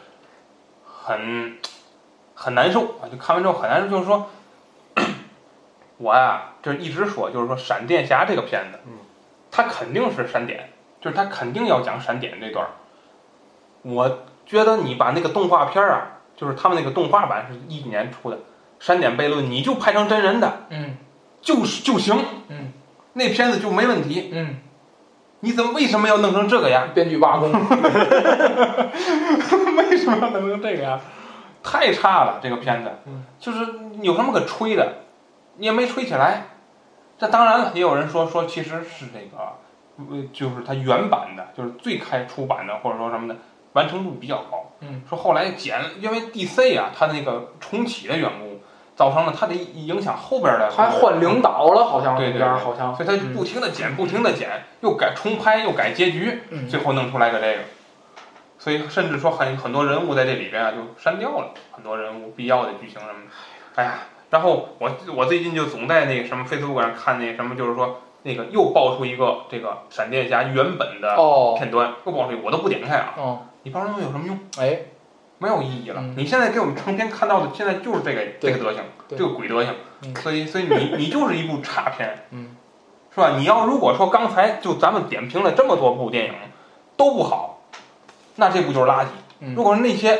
[SPEAKER 4] 很很难受啊，就看完之后很难受，就是说，我呀、就是一直说，就是说闪电侠这个片子，
[SPEAKER 5] 嗯，
[SPEAKER 4] 它肯定是闪点，就是它肯定要讲闪点这段儿。我觉得你把那个动画片儿啊，就是他们那个动画版是一几年出的《闪点悖论》，你就拍成真人的，
[SPEAKER 3] 嗯
[SPEAKER 4] 就是就行，
[SPEAKER 3] 嗯，
[SPEAKER 4] 那片子就没问题。
[SPEAKER 3] 嗯，
[SPEAKER 4] 你怎么为什么要弄成这个呀？
[SPEAKER 3] 编剧罢工。
[SPEAKER 4] 为什么要弄成这个呀？太差了，这个片子，
[SPEAKER 3] 嗯
[SPEAKER 4] 就是有什么可吹的，你也没吹起来。这当然了，也有人说说其实是这个，呃，就是它原版的，就是最开出版的，或者说什么的，完成度比较高。
[SPEAKER 3] 嗯，
[SPEAKER 4] 说后来剪，因为 DC 啊，它那个重启的缘故，造成了它得影响后边的，
[SPEAKER 3] 还换嗯领导了，好像
[SPEAKER 4] 对
[SPEAKER 3] 那
[SPEAKER 4] 对
[SPEAKER 3] 边儿
[SPEAKER 4] 对
[SPEAKER 3] 好像，
[SPEAKER 4] 所以他就不停的剪，不停的剪，又改重拍，又改结局，
[SPEAKER 3] 嗯
[SPEAKER 4] 最后弄出来个这个。所以甚至说很很多人物在这里边啊就删掉了，很多人物必要的剧情什么的。哎呀，然后我我最近就总在那个什么 Facebook 上看那什么，就是说那个又爆出一个这个闪电侠原本的
[SPEAKER 3] 哦
[SPEAKER 4] 片段，又爆出一个，我都不点开啊。
[SPEAKER 3] 哦，
[SPEAKER 4] 你爆出来有什么用？
[SPEAKER 3] 哎，
[SPEAKER 4] 没有意义了。
[SPEAKER 3] 嗯
[SPEAKER 4] 你现在给我们成片看到的，现在就是这个这
[SPEAKER 3] 对
[SPEAKER 4] 个德行，这
[SPEAKER 3] 对
[SPEAKER 4] 个鬼德行。
[SPEAKER 3] 嗯
[SPEAKER 4] 所以所以 你你就是一部差片，
[SPEAKER 3] 嗯，
[SPEAKER 4] 是吧？你要如果说刚才就咱们点评了这么多部电影都不好，那这部就是垃圾。
[SPEAKER 3] 嗯
[SPEAKER 4] 如果是那些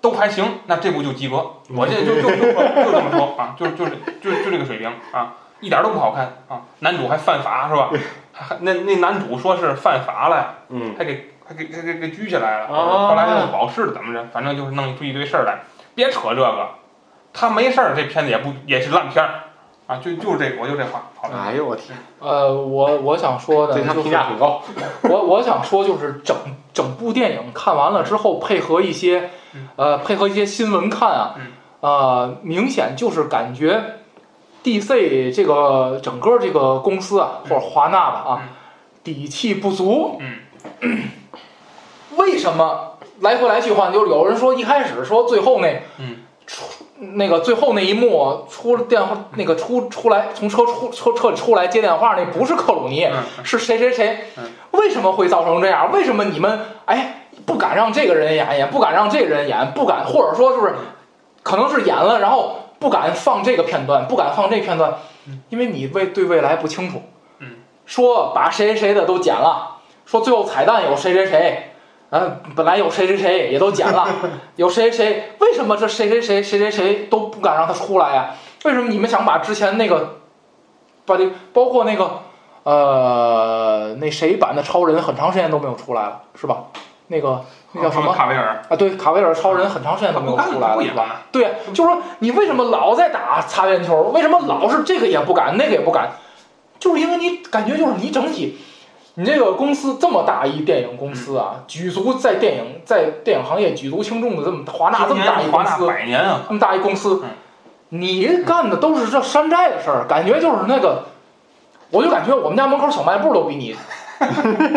[SPEAKER 4] 都还行，那这部就及格。
[SPEAKER 3] 嗯
[SPEAKER 4] 我这就就就就就这么说啊，就就是就就这个水平啊，一点都不好看啊。男主还犯法是 吧？还那那男主说是犯法了。
[SPEAKER 5] 嗯，
[SPEAKER 4] 还给还给还给给拘起来了。
[SPEAKER 5] 啊
[SPEAKER 4] 后来弄保释了怎么着？反正就是弄出一堆事儿来。别扯这个，他没事儿，这片子也不也是烂片儿啊，就就是这个，我就这话，好
[SPEAKER 3] 啊
[SPEAKER 4] 吧？
[SPEAKER 5] 哎呦我天，
[SPEAKER 3] 呃，我我想说的
[SPEAKER 5] 对他
[SPEAKER 3] 就
[SPEAKER 5] 评
[SPEAKER 3] 是，
[SPEAKER 5] 价很高。
[SPEAKER 3] 我我想说就是整整部电影看完了之后，配合一些
[SPEAKER 4] 嗯，
[SPEAKER 3] 呃，配合一些新闻看啊
[SPEAKER 4] 嗯，
[SPEAKER 3] 呃，明显就是感觉 DC 这个整个这个公司啊，或者华纳吧啊
[SPEAKER 4] 嗯，
[SPEAKER 3] 底气不足，
[SPEAKER 4] 嗯，
[SPEAKER 3] 为什么来回来去换？就是有人说一开始说最后那，
[SPEAKER 4] 嗯，
[SPEAKER 3] 出那个最后那一幕出电话，那个出出来从车出车车里出来接电话那 不是克鲁尼，
[SPEAKER 4] 嗯
[SPEAKER 3] 是谁谁谁
[SPEAKER 4] 嗯？
[SPEAKER 3] 为什么会造成这样？为什么你们哎？不敢让这个人演，也不敢让这个人演，不敢，或者说就是可能是演了，然后不敢放这个片段，不敢放这片段，因为你未对未来不清楚。
[SPEAKER 4] 嗯，
[SPEAKER 3] 说把谁谁谁的都剪了，说最后彩蛋有谁谁谁，呃，本来有谁谁谁也都剪了，有谁谁谁，为什么这谁谁谁谁谁谁都不敢让他出来呀、为什么你们想把之前那个，把这包括那个呃那谁版的超人很长时间都没有出来了，是吧？那个那叫什么
[SPEAKER 4] 哦卡维尔
[SPEAKER 3] 啊？对，卡维尔超人很长时间
[SPEAKER 4] 他
[SPEAKER 3] 都没有
[SPEAKER 4] 不干
[SPEAKER 3] 出来
[SPEAKER 4] 了，不
[SPEAKER 3] 了，
[SPEAKER 4] 演
[SPEAKER 3] 是吧？
[SPEAKER 4] 了。
[SPEAKER 3] 对，就是说你为什么老在打擦边球？为什么老是这个也不敢，那个也不敢？就是因为你感觉就是你整体，你这个公司这么大一电影公司啊，举足在电影在电影行业举足轻重的这么华纳这
[SPEAKER 4] 今
[SPEAKER 3] 么大一
[SPEAKER 4] 年华
[SPEAKER 3] 公
[SPEAKER 4] 纳
[SPEAKER 3] 司，
[SPEAKER 4] 百年啊，
[SPEAKER 3] 这么大一公司
[SPEAKER 4] 嗯，
[SPEAKER 3] 你干的都是这山寨的事儿，感觉就是那个，我就感觉我们家门口小卖部都 比你，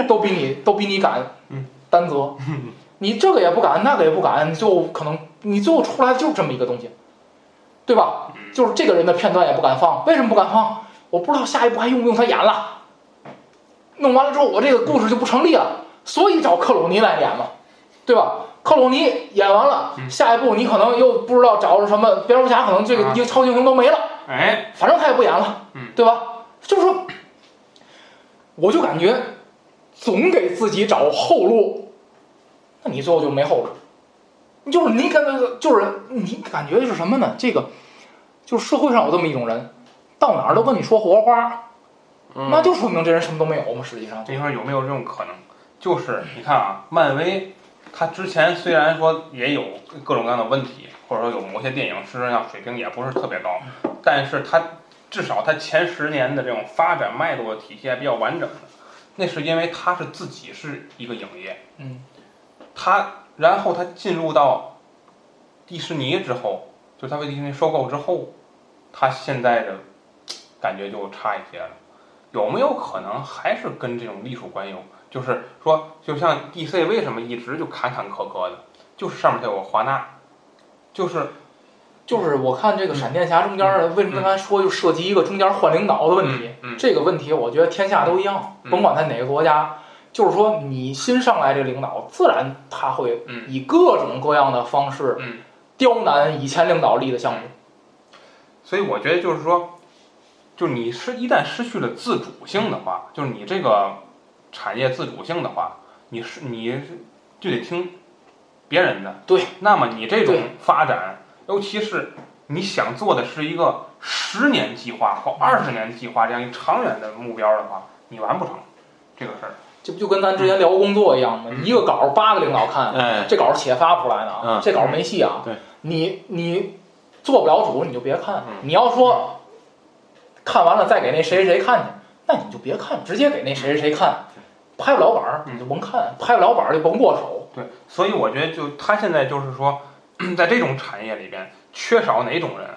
[SPEAKER 3] 都比你都比你敢
[SPEAKER 4] 嗯
[SPEAKER 3] 担责，你这个也不敢，那个也不敢，你最后可能你最后出来就是这么一个东西，对吧？就是这个人的片段也不敢放，为什么不敢放？我不知道下一步还用不用他演了，弄完了之后我这个故事就不成立了，所以找克鲁尼来演嘛，对吧？克鲁尼演完了，
[SPEAKER 4] 嗯
[SPEAKER 3] 下一步你可能又不知道找着什么蝙蝠侠，可能这个
[SPEAKER 4] 啊
[SPEAKER 3] 一个超级英雄都没了，
[SPEAKER 4] 哎，
[SPEAKER 3] 反正他也不演了，
[SPEAKER 4] 嗯
[SPEAKER 3] 对吧？就是说，我就感觉总给自己找后路，那你最后就没后路。就是你感觉，就是你感觉是什么呢？这个就是社会上有这么一种人，到哪儿都跟你说活话，
[SPEAKER 5] 嗯
[SPEAKER 3] 那就说明这人什么都没有嘛。实际上，
[SPEAKER 4] 这一块有没有这种可能？就是你看啊，漫威它之前虽然说也有各种各样的问题，或者说有某些电影事实上水平也不是特别高，但是它至少它前十年的这种发展脉络体系还比较完整的。那是因为它是自己是一个影业，
[SPEAKER 3] 嗯，
[SPEAKER 4] 它然后它进入到迪士尼之后，就它被迪士尼收购之后，它现在的感觉就差一些了。有没有可能还是跟这种隶属关系有？就是说，就像 DC 为什么一直就坎坎坷坷的，就是上面它有个华纳，就是
[SPEAKER 3] 就是我看这个闪电侠中间儿为什么刚才说就涉及一个中间儿换领导的问题？
[SPEAKER 4] 嗯，嗯
[SPEAKER 3] 这个问题，我觉得天下都一样，
[SPEAKER 4] 嗯
[SPEAKER 3] 甭管他哪个国家，就是说你新上来这领导，自然他会
[SPEAKER 4] 嗯
[SPEAKER 3] 以各种各样的方式
[SPEAKER 4] 嗯
[SPEAKER 3] 刁难以前领导立的项目。
[SPEAKER 4] 所以我觉得就是说，就是你是一旦失去了自主性的话，就是你这个产业自主性的话，你是你是就得听别人的。
[SPEAKER 3] 对，
[SPEAKER 4] 那么你这种
[SPEAKER 3] 对
[SPEAKER 4] 发展，尤其是你想做的是一个十年计划或二十年计划这样一长远的目标的话，你完不成这个事儿。
[SPEAKER 3] 这不就跟咱之前聊工作一样吗？
[SPEAKER 4] 嗯
[SPEAKER 3] 一个稿儿八个领导看，
[SPEAKER 5] 哎，
[SPEAKER 3] 这稿儿且发不出来呢啊
[SPEAKER 5] 嗯，
[SPEAKER 3] 这稿儿没戏啊。
[SPEAKER 5] 对，
[SPEAKER 3] 你你做不了主，你就别看
[SPEAKER 5] 嗯。
[SPEAKER 3] 你要说看完了再给那谁谁谁看去，那你就别看，直接给那谁谁谁看。
[SPEAKER 4] 嗯
[SPEAKER 3] 拍不了板儿你就甭看，拍不了板儿就甭过手。
[SPEAKER 4] 对，所以我觉得就他现在就是说，在这种产业里边缺少哪种人，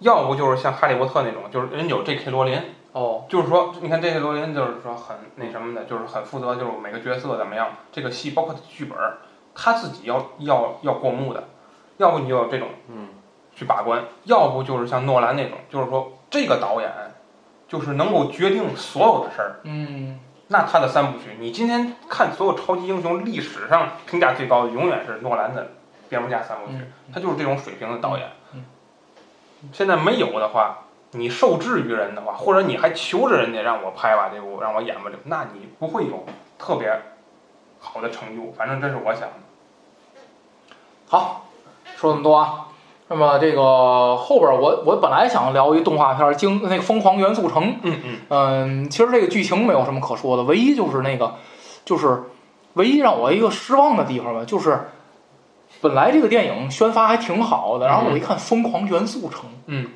[SPEAKER 4] 要不就是像哈利波特那种，就是人有 J.K. 罗琳，
[SPEAKER 3] 哦，
[SPEAKER 4] 就是说，你看 J.K. 罗琳就是说很那什么的，就是很负责，就是每个角色怎么样，这个戏包括剧本儿，他自己要要要过目的，要不你就有这种
[SPEAKER 5] 嗯
[SPEAKER 4] 去把关，要不就是像诺兰那种，就是说这个导演就是能够决定所有的事儿。
[SPEAKER 3] 嗯，
[SPEAKER 4] 那他的三部曲，你今天看所有超级英雄历史上评价最高的，永远是诺兰的《蝙蝠侠》三部曲，
[SPEAKER 3] 嗯
[SPEAKER 4] 他就是这种水平的导演。
[SPEAKER 3] 嗯
[SPEAKER 4] 现在没有的话，你受制于人的话，或者你还求着人家让我拍吧这部，让我演吧这部，那你不会有特别好的成就。反正这是我想的。
[SPEAKER 3] 好，说这么多啊。那么这个后边儿我我本来想聊一动画片儿《惊那个疯狂元素城》，
[SPEAKER 4] 嗯嗯
[SPEAKER 3] 嗯，其实这个剧情没有什么可说的，唯一就是那个，就是唯一让我一个失望的地方吧，就是本来这个电影宣发还挺好的，然后我一看《疯狂元素城》，
[SPEAKER 4] 嗯，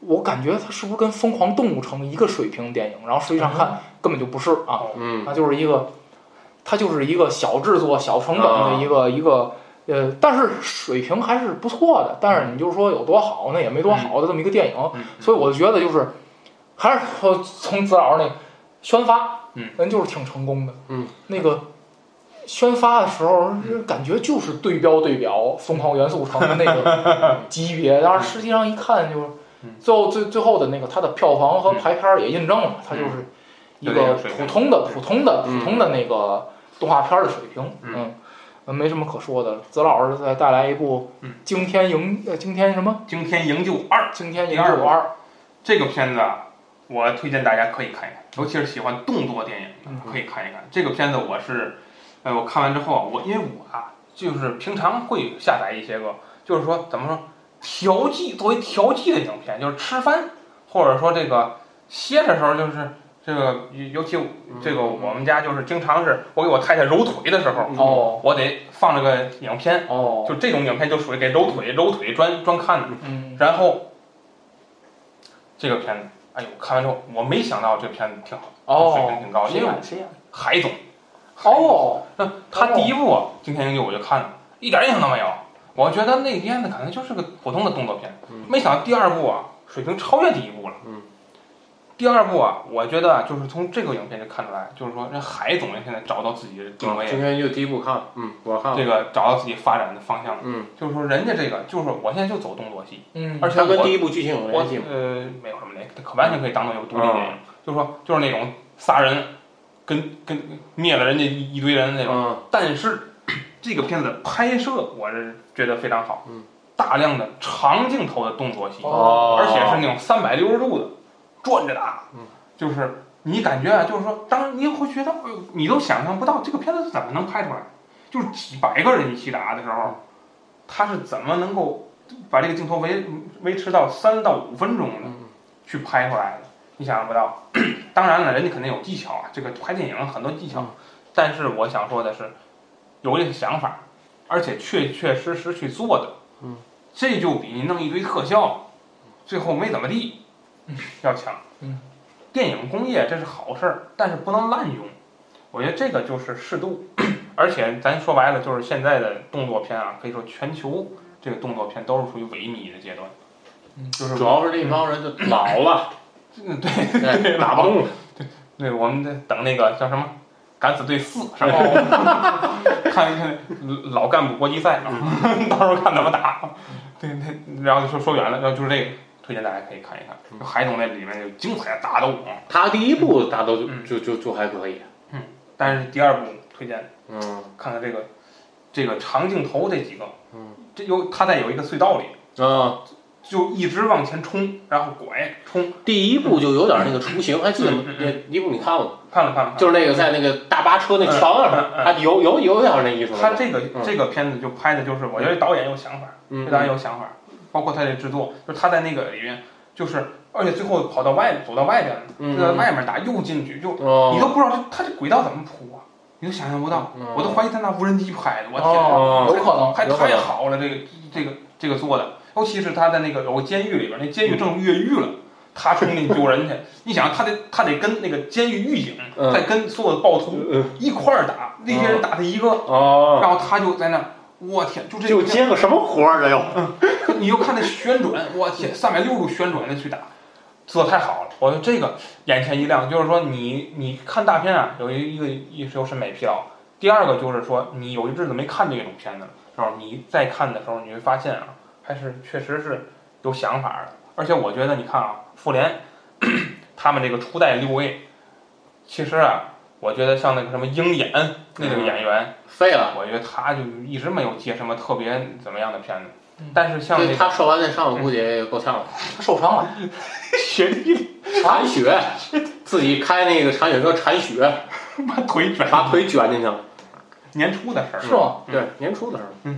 [SPEAKER 3] 我感觉它是不是跟《疯狂动物城》一个水平的电影？然后实际上
[SPEAKER 4] 嗯
[SPEAKER 3] 看根本就不是啊。
[SPEAKER 5] 嗯
[SPEAKER 3] 它就是一个，它就是一个小制作、小成本的一个、一个呃，但是水平还是不错的。但是你就说有多好，那也没多好的这么一个电影。
[SPEAKER 4] 嗯，
[SPEAKER 3] 所以我觉得就是，还是说从子老师那个宣发，
[SPEAKER 4] 嗯，
[SPEAKER 3] 人就是挺成功的，
[SPEAKER 5] 嗯，
[SPEAKER 3] 那个宣发的时候感觉就是对标对标
[SPEAKER 4] 嗯
[SPEAKER 3] 《疯狂元素城》的 那个级别，但是实际上一看就是
[SPEAKER 4] 嗯，
[SPEAKER 3] 最后最最后的那个它的票房和排片儿也印证了，它就是一
[SPEAKER 4] 嗯有点
[SPEAKER 3] 个
[SPEAKER 4] 水
[SPEAKER 3] 普
[SPEAKER 4] 平
[SPEAKER 3] 通的、普通的、
[SPEAKER 5] 嗯
[SPEAKER 3] 普通的那个动画片儿的水平。
[SPEAKER 4] 嗯
[SPEAKER 3] 嗯，呃没什么可说的。子老师再带来一部
[SPEAKER 4] 嗯
[SPEAKER 3] 惊天营呃惊天什么
[SPEAKER 4] 《惊天营救二》
[SPEAKER 3] 惊天营
[SPEAKER 4] 第二
[SPEAKER 3] 救
[SPEAKER 4] 部
[SPEAKER 3] 二，
[SPEAKER 4] 这个片子啊，我推荐大家可以看一看，尤其是喜欢动作电影
[SPEAKER 3] 嗯
[SPEAKER 4] 的可以看一看。这个片子我是，呃，我看完之后啊，我因为我啊，就是平常会下载一些个，就是说怎么说调剂作为调剂的影片，就是吃饭或者说这个歇着时候就是。这个尤尤其这个我们家就是经常是我给我太太揉腿的时候，
[SPEAKER 3] 哦
[SPEAKER 4] 我得放这个影片，
[SPEAKER 3] 哦，
[SPEAKER 4] 就这种影片就属于给揉腿揉腿专专看的。
[SPEAKER 3] 嗯
[SPEAKER 4] 然后这个片子，哎呦，看完之后我没想到这片子挺好，水平
[SPEAKER 3] 哦，
[SPEAKER 4] 挺高，因
[SPEAKER 3] 谁
[SPEAKER 4] 为
[SPEAKER 3] 演谁演？
[SPEAKER 4] 海总，海总，
[SPEAKER 3] 哦，
[SPEAKER 4] 那他第一部啊，《惊天营救》我就看了，一点印象都没有。我觉得那片子可能就是个普通的动作片，
[SPEAKER 5] 嗯
[SPEAKER 4] 没想到第二部啊，水平超越第一部了。
[SPEAKER 5] 嗯。
[SPEAKER 4] 第二部啊，我觉得啊就是从这个影片就看出来，就是说这海总现在找到自己的定位了，
[SPEAKER 5] 今天就第一部看，嗯，我看
[SPEAKER 4] 这
[SPEAKER 5] 了，
[SPEAKER 4] 个找到自己发展的方向了。
[SPEAKER 5] 嗯，
[SPEAKER 4] 就是说人家这个，就是我现在就走动作戏，
[SPEAKER 3] 嗯，
[SPEAKER 4] 而且
[SPEAKER 5] 它跟
[SPEAKER 4] 我
[SPEAKER 5] 第一部剧情有
[SPEAKER 4] 我
[SPEAKER 5] 联系吗？嗯
[SPEAKER 4] 呃没有什么联系，可完全可以当做一个独立电影，就是说就是那种杀人，跟跟灭了人家一一堆人那种。
[SPEAKER 5] 嗯，
[SPEAKER 4] 但是这个片子的拍摄我是觉得非常好，
[SPEAKER 5] 嗯
[SPEAKER 4] 大量的长镜头的动作戏，
[SPEAKER 3] 哦
[SPEAKER 4] 而且是那种三百六十度的转着打，
[SPEAKER 5] 嗯
[SPEAKER 4] 就是你感觉啊，就是说，当然你也会觉得，哎呦，你都想象不到这个片子是怎么能拍出来，就是几百个人一起打的时候，他是怎么能够把这个镜头维维持到三到五分钟的
[SPEAKER 5] 嗯
[SPEAKER 4] 去拍出来的，你想象不到。 当然了，人家肯定有技巧啊，这个拍电影很多技巧，
[SPEAKER 5] 嗯
[SPEAKER 4] 但是我想说的是，有这个想法，而且确确实实去做的，
[SPEAKER 5] 嗯，
[SPEAKER 4] 这就比你弄一堆特效，最后没怎么地，要强。
[SPEAKER 3] 嗯，
[SPEAKER 4] 电影工业这是好事儿，但是不能滥用。我觉得这个就是适度， 而且咱说白了，就是现在的动作片啊，可以说全球这个动作片都是属于萎靡的阶段，
[SPEAKER 3] 嗯
[SPEAKER 4] 就是
[SPEAKER 5] 主要是这帮人就老 了，
[SPEAKER 4] 嗯对
[SPEAKER 5] 哎打不动了，
[SPEAKER 4] 对，我们得等那个叫什么《敢死队四》是吧？ 看一看老干部国际赛啊，
[SPEAKER 5] 嗯
[SPEAKER 4] 到时候看怎么打。对对，然后就说说远了，然后就是这个，推荐大家可以看一看。
[SPEAKER 5] 嗯
[SPEAKER 4] 就海总那里面有精彩的打斗啊，
[SPEAKER 5] 他第一部打都就
[SPEAKER 4] 嗯
[SPEAKER 5] 就就就还可以，
[SPEAKER 4] 但是第二部推荐
[SPEAKER 5] 嗯
[SPEAKER 4] 看看这个这个长镜头这几个，
[SPEAKER 5] 嗯，
[SPEAKER 4] 这有他在有一个隧道里，
[SPEAKER 5] 啊，
[SPEAKER 4] 就一直往前冲，然后拐冲，
[SPEAKER 5] 第一部就有点那个雏形，还记得吗
[SPEAKER 4] 嗯嗯？
[SPEAKER 5] 那第一部你看过吗？
[SPEAKER 4] 看了看了看了，
[SPEAKER 5] 就是那个在那个大巴车那桥
[SPEAKER 4] 嗯嗯嗯
[SPEAKER 5] 上，他有有有点那意思了，
[SPEAKER 4] 他这个
[SPEAKER 5] 嗯
[SPEAKER 4] 这个片子就拍的就是，我觉得导演有想法。
[SPEAKER 5] 嗯
[SPEAKER 4] 这导演有想法，包括他的制作，就是他在那个里面，就是而且最后跑到外走到外边
[SPEAKER 5] 嗯
[SPEAKER 4] 了，就在外面打又进去，就
[SPEAKER 5] 哦，
[SPEAKER 4] 你都不知道这他这轨道怎么铺啊，你都想象不到，
[SPEAKER 5] 嗯
[SPEAKER 4] 我都怀疑他拿无人机拍的，我天哪，
[SPEAKER 5] 哦
[SPEAKER 3] 有可能，
[SPEAKER 4] 还
[SPEAKER 5] 有可
[SPEAKER 4] 太
[SPEAKER 5] 能
[SPEAKER 4] 好了，这个这个这个做的，尤其是他在那个有个监狱里边，那监狱正越狱了。他冲进去救人去，你想他得他得跟那个监狱狱警，
[SPEAKER 5] 嗯
[SPEAKER 4] 再跟所有的暴徒
[SPEAKER 5] 嗯
[SPEAKER 4] 一块儿打，那些人打他一个，
[SPEAKER 5] 哦，
[SPEAKER 4] 然后他就在那儿，我天，就这
[SPEAKER 5] 就
[SPEAKER 4] 个
[SPEAKER 5] 接个什么活儿 了又，
[SPEAKER 4] 你就看那旋转，我天，三百六十度旋转的去打，做的太好了。我说这个眼前一亮，就是说你你看大片啊，有一一个一是有审美疲劳，第二个就是说你有一阵子没看这种片子了，然后你再看的时候，你会发现啊，还是确实是有想法的。而且我觉得你看啊，复联 他们这个初代六位，其实啊，我觉得像那个什么鹰眼那个演员，
[SPEAKER 5] 废了。
[SPEAKER 4] 我觉得他就一直没有接什么特别怎么样的片子
[SPEAKER 3] 嗯。
[SPEAKER 4] 但是像那
[SPEAKER 5] 这
[SPEAKER 4] 个嗯
[SPEAKER 5] 他说完那上午估计也够呛了，
[SPEAKER 3] 他受伤了，
[SPEAKER 4] 学弟
[SPEAKER 5] 铲雪，自己开那个铲雪车铲雪，
[SPEAKER 4] 把腿卷
[SPEAKER 5] 把腿卷进去了。
[SPEAKER 4] 年初的事儿
[SPEAKER 3] 是吗？
[SPEAKER 5] 对，年初的时候，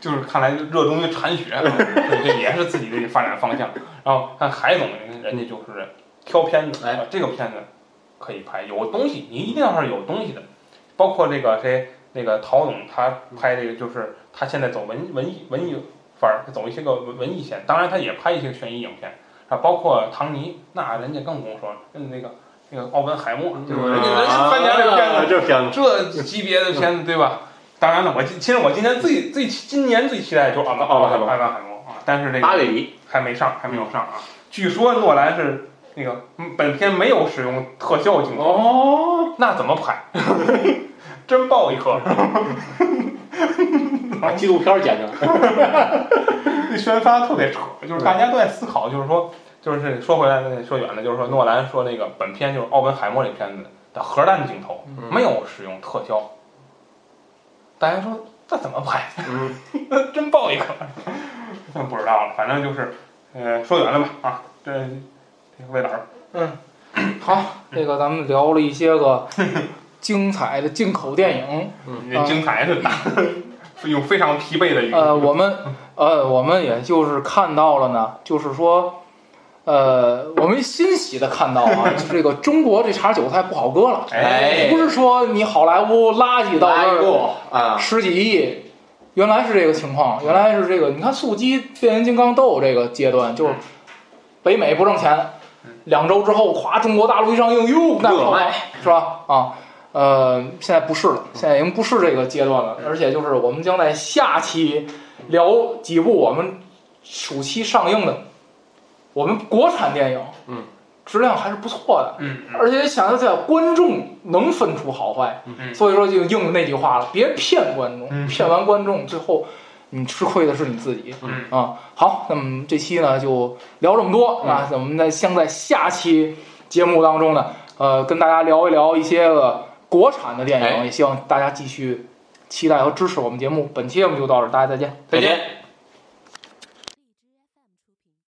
[SPEAKER 4] 就是看来热衷于铲雪，这也是自己的发展方向。然后看海总，人家就是挑片子，
[SPEAKER 5] 哎，
[SPEAKER 4] 这个片子可以拍，有东西，你一定要是有东西的。包括这个谁，那个陶总他拍这个，就是他现在走文文艺文艺范儿，走一些个文文艺线，当然他也拍一些悬疑影片啊，包括唐尼，那人家更不用说了，嗯那个那个奥本海默，对吧？人家人家参加这个片子
[SPEAKER 5] 嗯啊，这片子，
[SPEAKER 4] 这级别的片子，对吧？当然了，我今其实我今年最最今年最期待的就是奥本
[SPEAKER 5] 奥本海默
[SPEAKER 4] 奥本海默啊，但是这
[SPEAKER 5] 八
[SPEAKER 4] 个
[SPEAKER 5] 月底，
[SPEAKER 4] 还没上，还没有上啊。据说诺兰是那个嗯本片没有使用特效镜头，
[SPEAKER 5] 哦，
[SPEAKER 4] 那怎么拍？ 真爆一颗！
[SPEAKER 5] 把纪录片儿剪成，
[SPEAKER 4] 这宣发特别扯，就是大家都在思考，就是说，就是说回来说远了，就是说诺兰说那个本片就是奥本海默这片子的核弹镜头，
[SPEAKER 5] 嗯
[SPEAKER 4] 没有使用特效。大家说这怎么拍？
[SPEAKER 5] 嗯，
[SPEAKER 4] 真爆 一个，真不知道了。反正就是，呃，说远了吧啊，这这魏老师，
[SPEAKER 3] 好，这个咱们聊了一些个精彩的进口电影，
[SPEAKER 4] 你这精彩 是打，是用非常疲惫的语气。
[SPEAKER 3] 呃，我们呃，我们也就是看到了呢，就是说，呃，我们欣喜的看到啊，这个中国这茬韭菜不好割了，
[SPEAKER 5] 哎
[SPEAKER 3] 不是说你好莱坞垃圾到
[SPEAKER 5] 拉
[SPEAKER 3] 这
[SPEAKER 5] 一
[SPEAKER 3] 儿
[SPEAKER 5] 步啊，嗯
[SPEAKER 3] 十几亿。原来是这个情况，原来是这个。你看速激、变形金刚都有这个阶
[SPEAKER 5] 嗯
[SPEAKER 3] 段，就是北美不挣钱
[SPEAKER 4] 嗯，
[SPEAKER 3] 两周之后，咵，中国大陆一上映，哟，那
[SPEAKER 5] 热
[SPEAKER 3] 好
[SPEAKER 5] 卖
[SPEAKER 3] 卖是吧？啊，呃，现在不是
[SPEAKER 5] 嗯
[SPEAKER 3] 了，现在已经不是这个阶段了。
[SPEAKER 4] 嗯
[SPEAKER 3] 而且就是我们将在下期聊几部我们暑期上映的我们国产电影，
[SPEAKER 5] 嗯，
[SPEAKER 3] 质量还是不错的。
[SPEAKER 4] 嗯嗯
[SPEAKER 3] 而且想要在观众能分出好坏，
[SPEAKER 4] 嗯
[SPEAKER 3] 所以说就应了那句话了，别骗观众，
[SPEAKER 4] 嗯
[SPEAKER 3] 骗完观众最后你吃亏的是你自己。
[SPEAKER 4] 嗯
[SPEAKER 3] 啊，好，那么这期呢就聊这么多啊，那我们在将在下期节目当中呢，呃，跟大家聊一聊一些个国产的电影，
[SPEAKER 5] 哎
[SPEAKER 3] 也希望大家继续期待和支持我们节目。本期节目就到这儿，大家再见。
[SPEAKER 5] 再见。